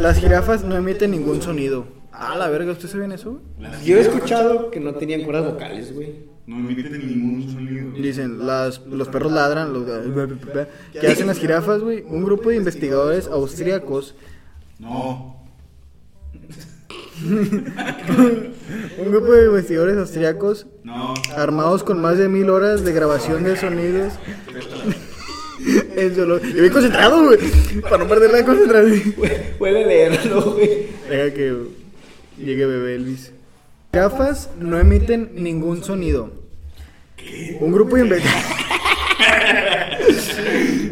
Speaker 5: las jirafas no emiten ningún sonido. Ah, la verga, ¿usted sabe eso? güey?
Speaker 1: Yo he escuchado que no tenían cuerdas vocales, güey.
Speaker 2: No emiten ningún sonido.
Speaker 5: Dicen, las, los perros ladran. Los, ¿Qué hacen las jirafas, güey? Un grupo de investigadores austríacos
Speaker 2: No.
Speaker 5: Un grupo de investigadores austriacos
Speaker 2: No.
Speaker 5: armados con más de mil horas de grabación de sonidos. El dolor. Yo bien concentrado, güey. Para no perder la concentración.
Speaker 1: Güey, Puede leerlo, güey.
Speaker 5: Deja que llegue bebé Elvis. Gafas no emiten ningún sonido. Un grupo de inve-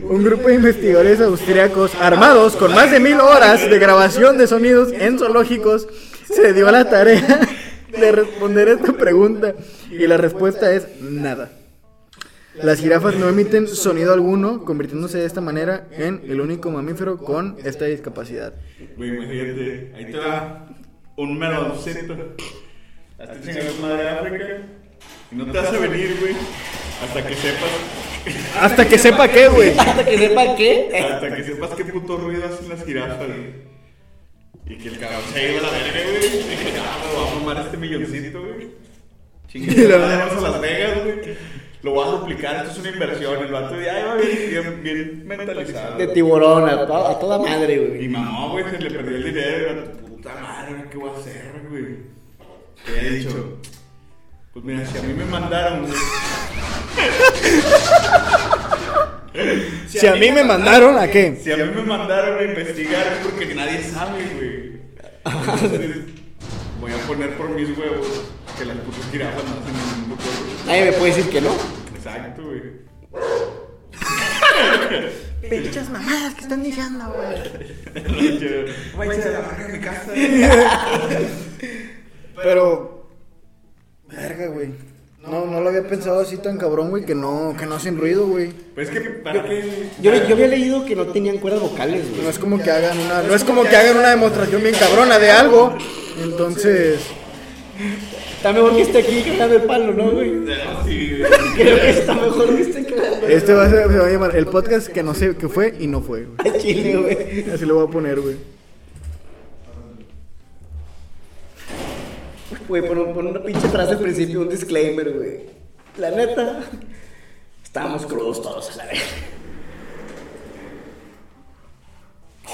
Speaker 5: Un grupo de investigadores austriacos armados con más de mil horas de grabación de sonidos en zoológicos se dio a la tarea de responder esta pregunta y la respuesta es nada. Las jirafas no emiten sonido alguno, convirtiéndose de esta manera en el único mamífero con esta discapacidad.
Speaker 2: Güey, imagínate. Ahí te va. Un meloncito. Hasta chingar tu madre de África. Y no te vas a venir, güey. Hasta que sepas.
Speaker 5: Hasta que sepa qué, güey.
Speaker 1: Hasta que sepa qué.
Speaker 2: Hasta que sepas qué puto ruido hacen las jirafas, güey. Y que el cabrón se ha ido a la verga, güey. Y que, "Ah, me voy a mamar este milloncito, güey.
Speaker 5: Y la
Speaker 2: Chingada,
Speaker 5: verdad-
Speaker 2: vamos a Las Vegas, güey. Lo vas a duplicar, esto es una inversión. El vato ya iba bien, bien, bien mentalizado.
Speaker 1: De tiburón, a, to- a toda madre,
Speaker 2: Y
Speaker 1: güey.
Speaker 2: mamá, güey, se le perdió el dinero. era, Puta madre, ¿qué voy a hacer, güey? Te he dicho. Pues mira, si a mí me mandaron, güey.
Speaker 5: Si a mí me mandaron, ¿a qué?
Speaker 2: Si a mí me mandaron a investigar es porque nadie sabe, güey. Entonces, voy a poner por mis huevos que las putas jirafas no hacen ningún poco. ruido.
Speaker 1: Nadie me puede decir que no.
Speaker 2: Exacto, güey.
Speaker 5: Pinchas mamadas que están diciendo, güey.
Speaker 2: Váyanse a la verga de mi casa.
Speaker 5: Pero. Verga, güey. No, no lo había pensado así tan cabrón, güey, que no, que no hacen ruido, güey.
Speaker 2: Pues es que, ¿para qué?
Speaker 1: Yo, yo había leído que no tenían cuerdas vocales, güey.
Speaker 5: No es como que hagan una. No es como que hagan una demostración bien cabrona de algo. Entonces.
Speaker 1: Está mejor que esté aquí cagando el palo, ¿no, güey?
Speaker 2: Sí, güey.
Speaker 1: Creo que está mejor que esté cagando
Speaker 5: Este va a ser, se va a llamar el podcast que no sé qué fue y no fue, güey.
Speaker 1: el chile, güey.
Speaker 5: Así lo voy a poner, güey.
Speaker 1: Güey, pon, pon una pinche frase al principio, un disclaimer, güey. La neta, estábamos crudos todos a la vez.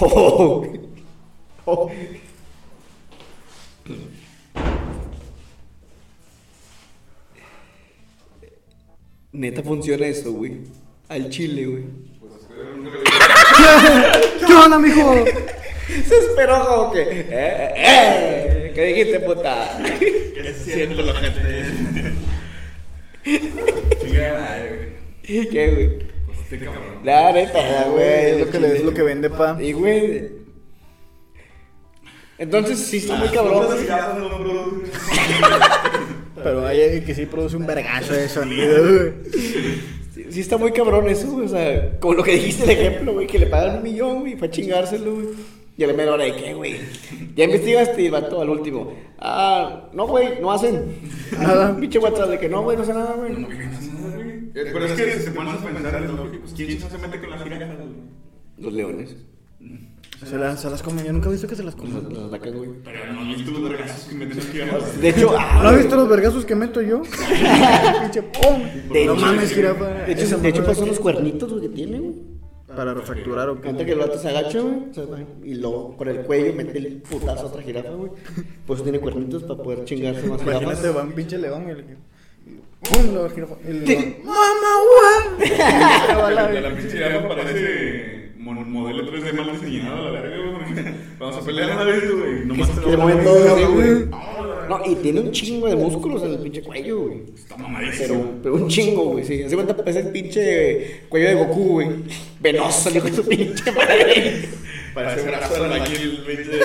Speaker 1: Oh, oh. Neta funciona eso, güey. Al chile, güey.
Speaker 5: ¿Qué onda, mijo?
Speaker 1: Se esperó como que. Eh, eh, eh, ¿Qué dijiste, puta?
Speaker 2: ¿Qué siento la gente? Chingada madre, güey.
Speaker 1: ¿Qué, güey?
Speaker 2: Pues este cabrón.
Speaker 1: La neta, güey.
Speaker 5: Ah, Es lo que le- es lo que vende, pa.
Speaker 1: Y, güey. Entonces, sí, está muy
Speaker 2: Cabrón,
Speaker 1: cabrón. güey.
Speaker 5: Pero hay alguien que sí produce un vergazo de sonido, güey.
Speaker 1: Sí, sí está muy cabrón eso, güey. O sea, como lo que dijiste el ejemplo, güey, que le pagan un millón, güey, para chingárselo, güey. Y a la mera hora de qué, güey. Ya investigaste y el vato al último. Ah, no, güey, no hacen nada. Pinche WhatsApp de que no, güey, no hace nada, güey.
Speaker 2: Pero es que si se pones a pensar en lo que, pues, ¿quién chingado se mete con las jirafas, güey?
Speaker 1: Los leones.
Speaker 5: Se las, se las comen. Yo nunca he visto que se las
Speaker 1: Los,
Speaker 5: comen.
Speaker 1: los atacan, güey.
Speaker 2: Pero no has visto los vergazos que meten las jirafas.
Speaker 1: De hecho, ah,
Speaker 5: ¿No has
Speaker 1: güey.
Speaker 5: visto los vergazos que meto yo? Pinche pum.
Speaker 1: De
Speaker 5: No
Speaker 1: hecho,
Speaker 5: mames,
Speaker 2: sí.
Speaker 5: jirafa.
Speaker 1: De hecho, de hecho pues, son los cuernitos, güey, que tiene, güey.
Speaker 5: Para refacturar o
Speaker 1: Antes
Speaker 5: qué.
Speaker 1: que el vato se agacha, güey, o sea, y luego con el cuello mete el putazo a otra jirafa, güey. Pues tiene cuernitos para poder chingarse más jirafas.
Speaker 5: Imagínate, va un pinche león y le. ¡Pum! La jirafa. y el
Speaker 1: Sí.
Speaker 5: león, ¡Mamá,
Speaker 2: La,
Speaker 5: guau!
Speaker 2: la pinche jirafa parece mon- modelo 3D mal diseñado, la verga, güey. Vamos a pelear una vez, güey. Nomás
Speaker 1: Que
Speaker 2: te
Speaker 1: le
Speaker 2: lo
Speaker 1: mueven
Speaker 2: mueves.
Speaker 1: todo,
Speaker 5: Sí,
Speaker 1: güey.
Speaker 5: güey.
Speaker 1: No, y tiene un chingo de músculos en el pinche cuello, güey.
Speaker 2: Está mamadísimo.
Speaker 1: Pero, pero un chingo, güey, sí. Hace cuenta parece el pinche cuello de Goku, güey. Venoso, le dijo su pinche madre.
Speaker 2: Parece un brazo de albañil, pinche.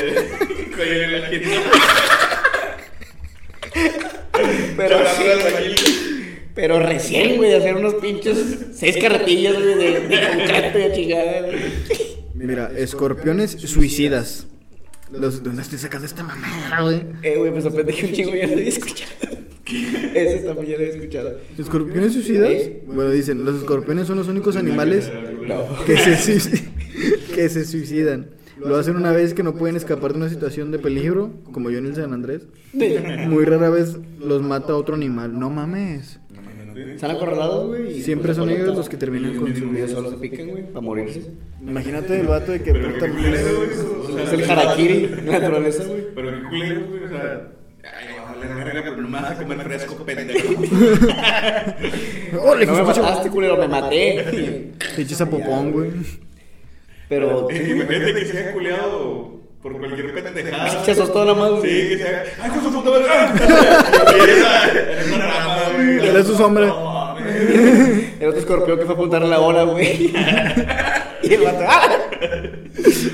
Speaker 2: Cuello de la gente.
Speaker 1: Pero
Speaker 2: Brazo de
Speaker 1: sí,
Speaker 2: albañil.
Speaker 1: pero recién, güey, de hacer unos pinches seis carretillas, güey, de, de concreto y a chingada, güey.
Speaker 5: Mira, escorpiones suicidas. Los, ¿Dónde estoy sacando esta mamada, güey?
Speaker 1: Eh, güey, me sorprende que un chingo ya lo había escuchado. Ese también ya lo había escuchado.
Speaker 5: ¿Escorpiones suicidas?
Speaker 1: ¿Eh?
Speaker 5: Bueno, dicen, los escorpiones son los únicos animales
Speaker 1: No.
Speaker 5: que se, suici- que se suicidan. Lo hacen una vez que no pueden escapar de una situación de peligro, como yo en el San Andrés. Muy rara vez los mata otro animal. No mames.
Speaker 1: Están acorralados, güey. y
Speaker 5: Siempre
Speaker 1: pues,
Speaker 5: son ellos
Speaker 1: todo-
Speaker 5: los que terminan con su vida.
Speaker 1: Ellos solo se pican, güey, para morirse.
Speaker 5: Imagínate el vato de que
Speaker 2: Pero qué culero, güey. O sea,
Speaker 1: Es el harakiri, la naturaleza, güey.
Speaker 2: Pero qué culero, güey. O sea. Ay, vamos a la verga, pero no me vas a comer fresco, pendejo.
Speaker 5: ¡Ole,
Speaker 1: No me
Speaker 5: Jesús!
Speaker 1: mataste, culero, me maté.
Speaker 5: Te echas a popón, güey.
Speaker 1: Pero.
Speaker 2: Es que Imagínate que sea culeado por cualquier pendejada.
Speaker 1: Se asustó nada más,
Speaker 2: Sí,
Speaker 1: güey.
Speaker 2: que sea. ¡Ay, con su puta madre! Y esa- esa rama, güey.
Speaker 5: Era su sombra.
Speaker 2: No, mames.
Speaker 1: El otro escorpión que fue a apuntar la hora, güey. y el vato, ¡ah!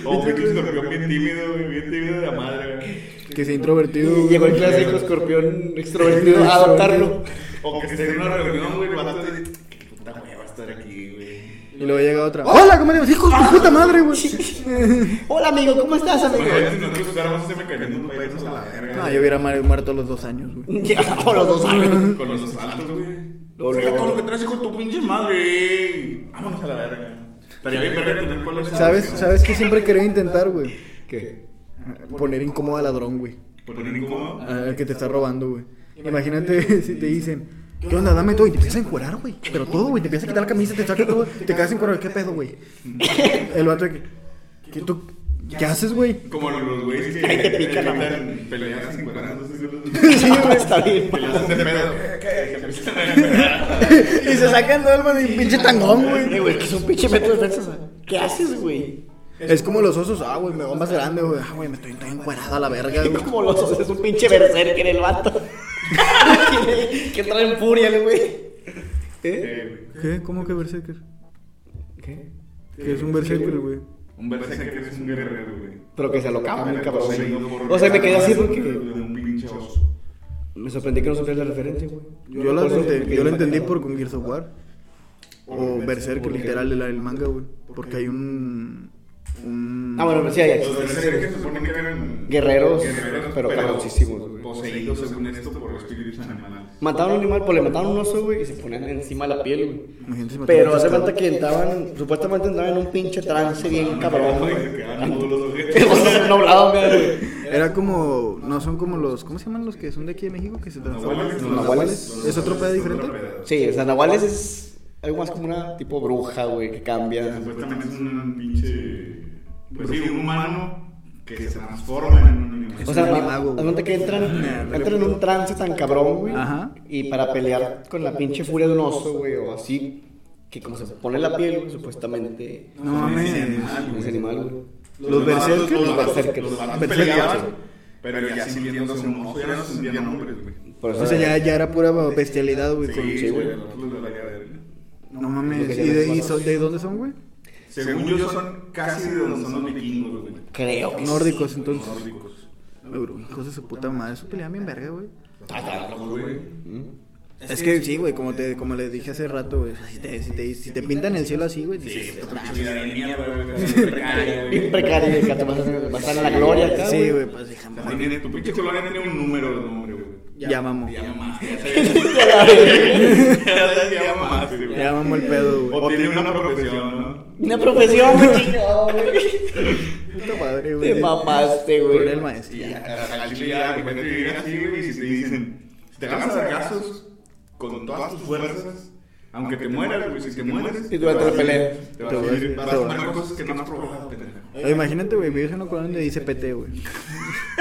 Speaker 2: O pinche escorpión bien tímido, güey. Bien tímido de la madre, güey.
Speaker 5: Que se introvertido.
Speaker 1: Y
Speaker 5: güey.
Speaker 1: llegó el clásico escorpión extrovertido a adoptarlo.
Speaker 2: O que esté en una reunión, güey. vato de- Qué puta hueva estar aquí, güey.
Speaker 5: Y luego llega otra. ¡Hola, cómo eres? ¡Hijo de tu puta madre, güey!
Speaker 1: Hola, amigo, ¿cómo estás, amigo?
Speaker 2: Imagínate si nosotros usáramos ese mecanismo para irnos a la verga.
Speaker 5: No, Ah, yo hubiera mar- muerto a los dos años, güey.
Speaker 1: Ya, por los dos años.
Speaker 2: Con los asaltos, güey.
Speaker 1: Lo
Speaker 2: Saca
Speaker 1: leo.
Speaker 2: todo lo que traes con tu pinche madre. Vámonos a la verga. Estaría bien verga tener colores.
Speaker 5: ¿Sabes, ¿Sabes qué siempre quería intentar, güey?
Speaker 1: ¿Qué?
Speaker 5: Poner incómodo al ladrón, güey.
Speaker 2: Poner incómodo.
Speaker 5: Al que te está robando, güey. Imagínate si te dicen, ¿qué onda? Dame todo. Y te empiezas a encuerar, güey. Pero todo, güey. Te empiezas a quitar la camisa, te saca todo. Te quedas encuerado. ¿Qué pedo, güey? El vato de que, ¿qué tú? ¿Qué haces, güey?
Speaker 2: Como los, los güeyes que
Speaker 1: Ahí te pica la
Speaker 2: evitan peleas encuadrándose.
Speaker 1: Sí, güey, está bien.
Speaker 2: Que las hacen de pedo. Que se empiezan a encuadrar.
Speaker 5: Y se sacan todo el alma de un pinche tangón,
Speaker 1: Eh, güey, que es un pinche metro de defensa. ¿Qué haces, güey?
Speaker 5: Es como los osos. Ah, güey, me va más grande, güey. Ah, güey, me estoy, estoy encuerado a la verga,
Speaker 1: Es
Speaker 5: güey.
Speaker 1: como los osos, es un pinche berserker el vato. que, que trae en furia, el güey. ¿Eh?
Speaker 2: Eh,
Speaker 5: ¿Qué? ¿Cómo que berserker?
Speaker 1: ¿Qué?
Speaker 5: ¿Qué es un berserker, güey?
Speaker 2: Un berserker es un guerrero, güey.
Speaker 1: Pero que se lo cago, muy cabrón.
Speaker 2: Poseído por-
Speaker 1: O sea, me quedé así
Speaker 2: De
Speaker 1: porque
Speaker 2: un pinche oso.
Speaker 1: me sorprendí que no supieras la referencia, güey.
Speaker 5: Yo la entendí, yo la entendí por con Gears of War. O Berserker, literal, el, el manga, güey. Porque hay un. un...
Speaker 1: Ah, bueno, pero sí, hay
Speaker 2: Los berserkers se supone que eran
Speaker 1: Guerreros, pero cabroncísimos, güey.
Speaker 2: Poseídos, según esto, por espíritus animales.
Speaker 1: Mataron a un animal, pues le mataron a un oso, güey, y se ponían encima de la piel, güey.
Speaker 5: Imagínate si mataron
Speaker 1: Pero
Speaker 5: a
Speaker 1: hace
Speaker 5: Tesla.
Speaker 1: falta que entraban, supuestamente entraban en un pinche trance bien cabrón, güey.
Speaker 2: Que quedaban todos los ojetes.
Speaker 1: El oso se doblaba, güey.
Speaker 5: Era como. No son como los. ¿Cómo se llaman los que son de aquí de México? Que se transforman.
Speaker 2: Nahuales.
Speaker 5: ¿Los
Speaker 1: Nahuales.
Speaker 5: nahuales? ¿Es otro pedo diferente?
Speaker 1: Sí, o sea, Nahuales es algo más como una tipo bruja, güey, que cambia.
Speaker 2: Supuestamente es un pinche. Pues sí, un humano que se transforma en un animal.
Speaker 5: Es
Speaker 1: O sea,
Speaker 5: un
Speaker 1: ma-
Speaker 5: animago, güey.
Speaker 1: haz cuenta que entran,
Speaker 5: Nah, no le
Speaker 1: entran en un trance tan cabrón, güey.
Speaker 5: Ajá.
Speaker 1: Y para pelear con la pinche furia de un oso, güey, o así, que como se pone la piel, güey, supuestamente
Speaker 5: No mames.
Speaker 2: Ese animal,
Speaker 1: es
Speaker 2: güey.
Speaker 1: animal, güey.
Speaker 5: Los
Speaker 2: demás,
Speaker 5: berserkers,
Speaker 2: Los
Speaker 1: los berserkers.
Speaker 2: los demás
Speaker 5: Berserkers.
Speaker 2: peleaban, pero ya sintiéndose un oso, ya no se sentían hombres, güey.
Speaker 1: Por eso
Speaker 5: O sea, ya, ya era pura bestialidad, güey. con-
Speaker 2: Sí,
Speaker 1: sí,
Speaker 2: güey,
Speaker 1: güey.
Speaker 2: nosotros los valía verga.
Speaker 5: No mames.
Speaker 1: Lo que
Speaker 5: ¿Y, de,
Speaker 1: llaman-
Speaker 5: y son- de dónde son, güey?
Speaker 2: Según yo, son casi de donde son los vikingos, güey.
Speaker 1: creo que
Speaker 5: Nórdicos,
Speaker 1: sí.
Speaker 5: entonces.
Speaker 2: Nórdicos.
Speaker 5: Euro, hijos de su puta madre, eso peleaban bien verga, güey.
Speaker 1: Ah, está loco, güey. Mm.
Speaker 5: Es que sí, güey, como te como les dije hace rato, güey. Si te, si, te, si te pintan el cielo así, güey, dices,
Speaker 2: Sí, otra ciudad de mierda, güey. precaria, güey.
Speaker 1: Bien precario, güey, que te vas a vas a estar en la gloria acá,
Speaker 5: Sí, güey, pues déjame.
Speaker 2: También tiene- Tu pinche colonia tiene un número de nombre, güey.
Speaker 5: Ya mamó.
Speaker 2: Ya mamá.
Speaker 5: Ya mamó el pedo, güey.
Speaker 2: O tiene una profesión, ¿no?
Speaker 1: Una profesión, güey, chingado, güey.
Speaker 5: Puta madre, güey.
Speaker 1: Te mamaste, güey.
Speaker 5: Con el maestro.
Speaker 2: Y ya, al chile ya, de repente te llegan así, güey, y te dicen, si te ganas sargazos con todas tus fuerzas, aunque te mueras, güey, si te mueres,
Speaker 1: Y durante
Speaker 2: te vas
Speaker 1: la
Speaker 2: a
Speaker 1: pelea.
Speaker 2: ir- te vas a ir, vas a tomar cosas que no has probado, pendejo.
Speaker 5: Oye, imagínate, güey, vives en una colonia donde dice PT, güey.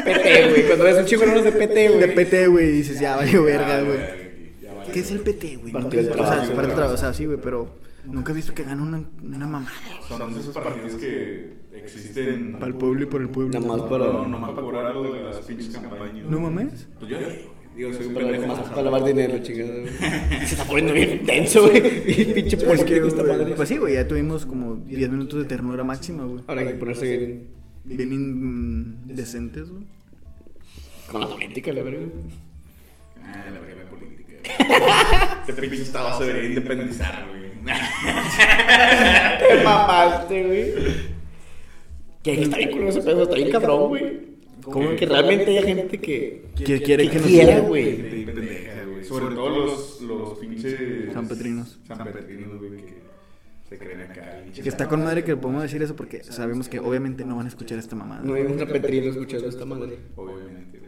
Speaker 1: PT, güey. Cuando ves un chico no es de PT, güey.
Speaker 5: De PT, güey, y dices, ya vale verga,
Speaker 2: Ah,
Speaker 5: güey.
Speaker 2: ya vale.
Speaker 5: ¿Qué es el PT, güey?
Speaker 1: Partido del
Speaker 5: Nunca- O sea,
Speaker 1: trabajo.
Speaker 5: partido del trabajo, o sea, sí, güey, pero nunca he visto que gane una, una mamada.
Speaker 2: Son de esos partidos que existen
Speaker 5: Para el pueblo y por el pueblo.
Speaker 1: Nada más
Speaker 2: No,
Speaker 1: para.
Speaker 2: no, no, para cobrar algo de las pinches campañas.
Speaker 5: ¿No mames?
Speaker 2: Pues yo digo, soy un
Speaker 1: Para,
Speaker 2: pendejo
Speaker 1: más
Speaker 2: más
Speaker 1: para lavar dinero, chingada. güey. Se está poniendo bien intenso, güey. Y pinche
Speaker 5: Pues, que,
Speaker 1: político está
Speaker 5: güey,
Speaker 1: madre.
Speaker 5: pues sí, güey, ya tuvimos como 10 minutos de ternura máxima, güey.
Speaker 1: Ahora hay que ponerse bien
Speaker 5: Bien in- decentes, güey.
Speaker 1: con la política, la verdad.
Speaker 2: Ah, la verga la política. Este pinche estado se debería independizar, güey.
Speaker 1: Te mamaste, güey. Que está bien culero ese pedo, está bien cabrón, güey. Como que realmente hay gente que.
Speaker 5: Que quiere que nos
Speaker 1: quiera,
Speaker 5: quieran.
Speaker 1: güey.
Speaker 2: Gente bien pendeja, güey. Sobre todo los, los pinches.
Speaker 5: Sanpetrinos.
Speaker 2: Sanpetrinos, güey, que se creen acá.
Speaker 5: Que está con madre que le podemos decir eso porque sabemos que obviamente no van a escuchar esta mamada.
Speaker 1: No hay un repetrido escuchando esta madre.
Speaker 2: Obviamente, güey.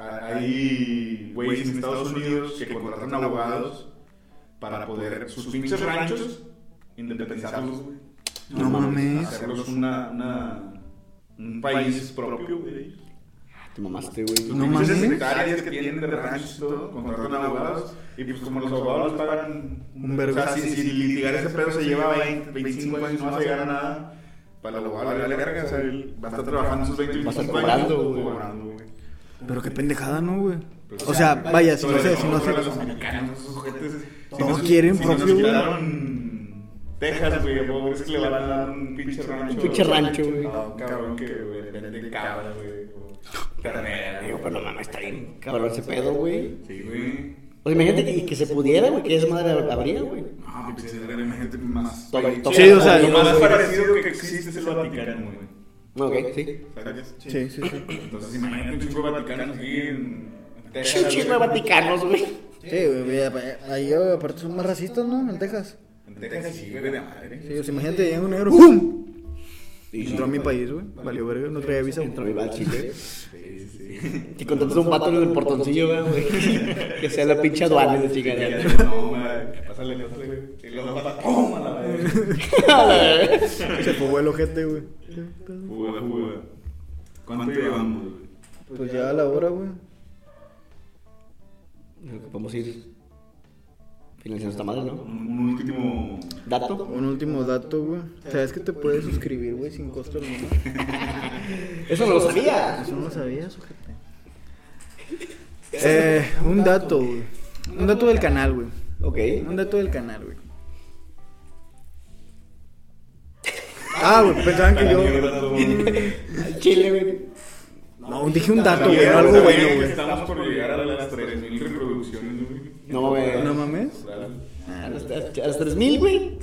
Speaker 2: Ah, Hay güeyes en Estados Unidos que contratan abogados para poder sus pinches ranchos independizarlos, güey.
Speaker 5: No mames.
Speaker 2: Hacerlos una, una, un país propio, güey.
Speaker 1: Te mamaste, güey.
Speaker 5: No
Speaker 2: Pinches
Speaker 5: mames.
Speaker 2: hectáreas que tienen de ranchos y todo, contratan abogados. Y pues como los abogados les pagan
Speaker 5: Un vergo.
Speaker 2: O sea, si, si litigar ese pedo se lleva 20, 25 años, no vas a llegar a nada. Para el abogado le vale verga, o sea, él va a estar trabajando sus 20,
Speaker 1: Va a estar
Speaker 2: 25 años.
Speaker 1: cobrando, güey.
Speaker 2: cobrando, güey.
Speaker 5: Pero qué pendejada, ¿no, güey?
Speaker 1: Pues
Speaker 5: O sea, vaya, si no sé, si no sé.
Speaker 2: Los americanos, esos ojetes, si
Speaker 5: Todo
Speaker 2: nos-
Speaker 5: quieren
Speaker 2: si nos
Speaker 5: propio, güey.
Speaker 2: quitaron Texas, güey, a poco es que le van a dar un pinche rancho.
Speaker 1: Un pinche rancho, güey.
Speaker 2: Ah, un cabrón que güey, vende cabra, güey. o ternera,
Speaker 1: Digo,
Speaker 2: güey.
Speaker 1: pero no mames, está bien cabrón ese pedo, güey.
Speaker 2: Sí, güey.
Speaker 1: O sea, imagínate que, que se pudiera, güey, que esa madre habría, güey.
Speaker 2: Ah, pues era una gente más.
Speaker 1: Todo- todo
Speaker 5: Sí, o sea,
Speaker 2: lo
Speaker 1: jodido,
Speaker 2: más
Speaker 1: güey.
Speaker 2: parecido que existe es el Vaticano, güey.
Speaker 1: Ok, sí.
Speaker 2: ¿Sabes?
Speaker 5: Sí, sí, sí.
Speaker 2: Entonces, imagínate un chico vaticano aquí en Texas.
Speaker 1: Un chingo de
Speaker 2: güey.
Speaker 1: vaticanos, güey.
Speaker 5: Sí, güey, güey, apa- ahí güey, aparte son más racistas, ¿no? En Texas.
Speaker 2: En Texas, sí, güey, de madre.
Speaker 5: Sí, o sea, imagínate, llega un negro, ¡pum! Entró a mi país, güey. Valió verga, no traía visa. güey.
Speaker 1: Entró mi va al chile.
Speaker 2: Sí, sí.
Speaker 1: Y contratas a un vato en el portoncillo, güey. Que sea la pinche aduana de chingadera.
Speaker 2: No, madre. Pásale, pásale, güey. Y luego pasa, ¡pum! A la madre.
Speaker 5: Se fugó el ojete, güey.
Speaker 2: Fuga, fuga. ¿Cuánto llevamos, güey?
Speaker 5: Pues ya a la hora, güey.
Speaker 1: Vamos a ir financiando esta madre, ¿no?
Speaker 2: Un, un último.
Speaker 1: Dato.
Speaker 5: Un último dato, güey. ¿Sabes que te puedes suscribir, güey, sin costo alguno?
Speaker 1: Eso no lo sabía.
Speaker 5: Eso no lo sabía, sujete. Eh, un dato, güey. Un dato del canal, güey.
Speaker 1: Ok.
Speaker 5: Un dato del canal, güey. Ah, güey, pensaban que yo.
Speaker 1: Al Chile, güey.
Speaker 5: No, dije un dato, güey, no algo bueno, güey.
Speaker 2: Estamos por llegar a las 3000 reproducciones, güey.
Speaker 1: No, güey.
Speaker 5: No mames.
Speaker 1: A las a las 3000, güey.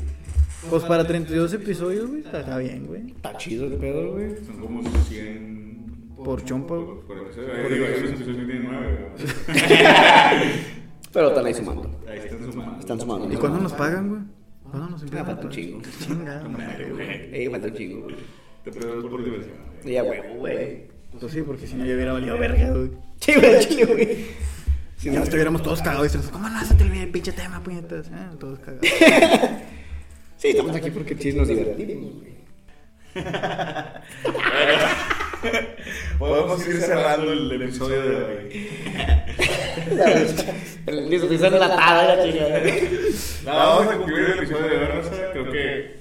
Speaker 5: Pues para 32 episodios, güey, está está bien, güey.
Speaker 1: Está chido el pedo, güey.
Speaker 2: Son como 100.
Speaker 5: Por chompa, güey.
Speaker 2: Por eso, eh, digo, hay unos episodios que tienen nueve, güey.
Speaker 1: Pero están ahí sumando.
Speaker 2: Ahí están sumando.
Speaker 1: Están sumando.
Speaker 5: ¿Y cuándo nos pagan, güey? ¿Cuándo nos empiezan
Speaker 1: Ah,
Speaker 5: a
Speaker 1: falta un
Speaker 5: pagar?
Speaker 1: chingo.
Speaker 5: Chingada madre, güey.
Speaker 1: Eh, falta un chingo, güey.
Speaker 2: Te pregunto por diversión.
Speaker 1: Ya, güey, güey.
Speaker 5: Pues sí, porque si no yo hubiera valido verga, güey.
Speaker 1: Sí, güey, al chile, güey.
Speaker 5: Si no estuviéramos todos cagados y estresados, ¿cómo no se te olvida el pinche tema, puñetas? Ah, todos cagados.
Speaker 1: Sí, estamos aquí porque sí nos divertimos, güey.
Speaker 2: Podemos ir cerrando el episodio de hoy.
Speaker 1: Listo, te hice enlatada la chingada.
Speaker 2: No, vamos a concluir el episodio de hoy, Rosa. Creo que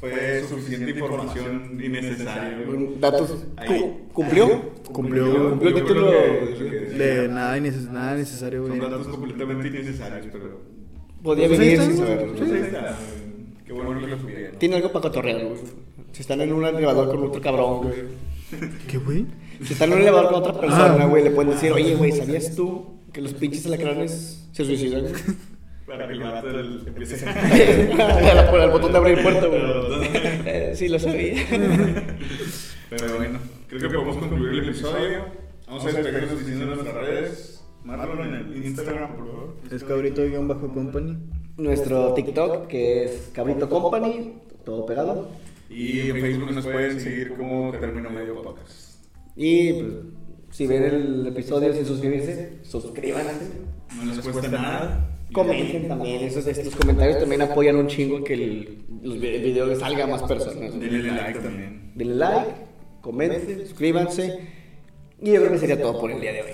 Speaker 2: fue suficiente información innecesaria. güey.
Speaker 1: Datos.
Speaker 2: Ahí.
Speaker 1: cu- ¿Cumplió?
Speaker 5: Cumplió,
Speaker 1: cumplió el
Speaker 2: Yo creo
Speaker 1: título
Speaker 2: que-
Speaker 5: De nada, innece- nada necesario,
Speaker 2: Son
Speaker 5: güey.
Speaker 2: datos completamente innecesarios, pero.
Speaker 1: Podía
Speaker 5: Pues ahí
Speaker 1: venir
Speaker 5: está,
Speaker 1: sin
Speaker 5: güey.
Speaker 1: saberlo.
Speaker 2: Pues ahí está. Qué bueno que lo subieron.
Speaker 1: Tiene algo para cotorrear, güey. Si están en un elevador con otro cabrón, güey.
Speaker 5: ¿Qué, güey?
Speaker 1: Si están en un elevador con otra persona,
Speaker 5: Ah.
Speaker 1: güey, le pueden decir, oye, güey, ¿sabías tú que los pinches alacranes se suicidan? güey?"
Speaker 2: Para que el vato del- empiece
Speaker 1: Al por el botón de abrir puerta, güey.
Speaker 2: Pero-
Speaker 1: Eh, Sí, lo sabía.
Speaker 2: Pero bueno, creo que podemos concluir el episodio. Vamos a despedirnos diciendo nuestras redes. Márcalo en el Instagram, por favor.
Speaker 5: Es cabrito-company.
Speaker 1: Nuestro TikTok, que es Cabrito Company, todo pegado.
Speaker 2: Y en Facebook nos pueden seguir como Término Medio Podcast.
Speaker 1: Y pues, si ven el episodio sin suscribirse, suscríbanse.
Speaker 2: No les cuesta nada.
Speaker 1: Comenten también, esos, estos comentarios también apoyan un chingo que el, los vi- el video le salga a más personas. güey.
Speaker 2: Denle like también.
Speaker 1: Denle like, comenten, suscríbanse. Y yo creo que sería todo por el día de hoy.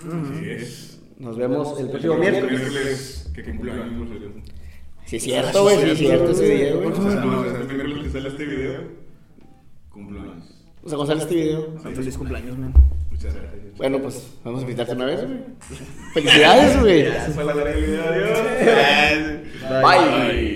Speaker 2: Así es. Pues
Speaker 1: Nos vemos el próximo miércoles.
Speaker 2: Miércoles que cumple años. güey.
Speaker 1: Sí, es cierto, güey, sí, es cierto ese día, güey.
Speaker 2: O sea, no, o sea, el miércoles que sale este video, cumple años.
Speaker 1: O sea, Gonzalo, este video.
Speaker 5: Feliz cumpleaños, man.
Speaker 2: Muchas gracias.
Speaker 1: Bueno, pues vamos a invitarte una vez, güey. Felicidades, güey.
Speaker 2: Esa fue la larga del video. Adiós.
Speaker 1: Bye.
Speaker 2: Bye.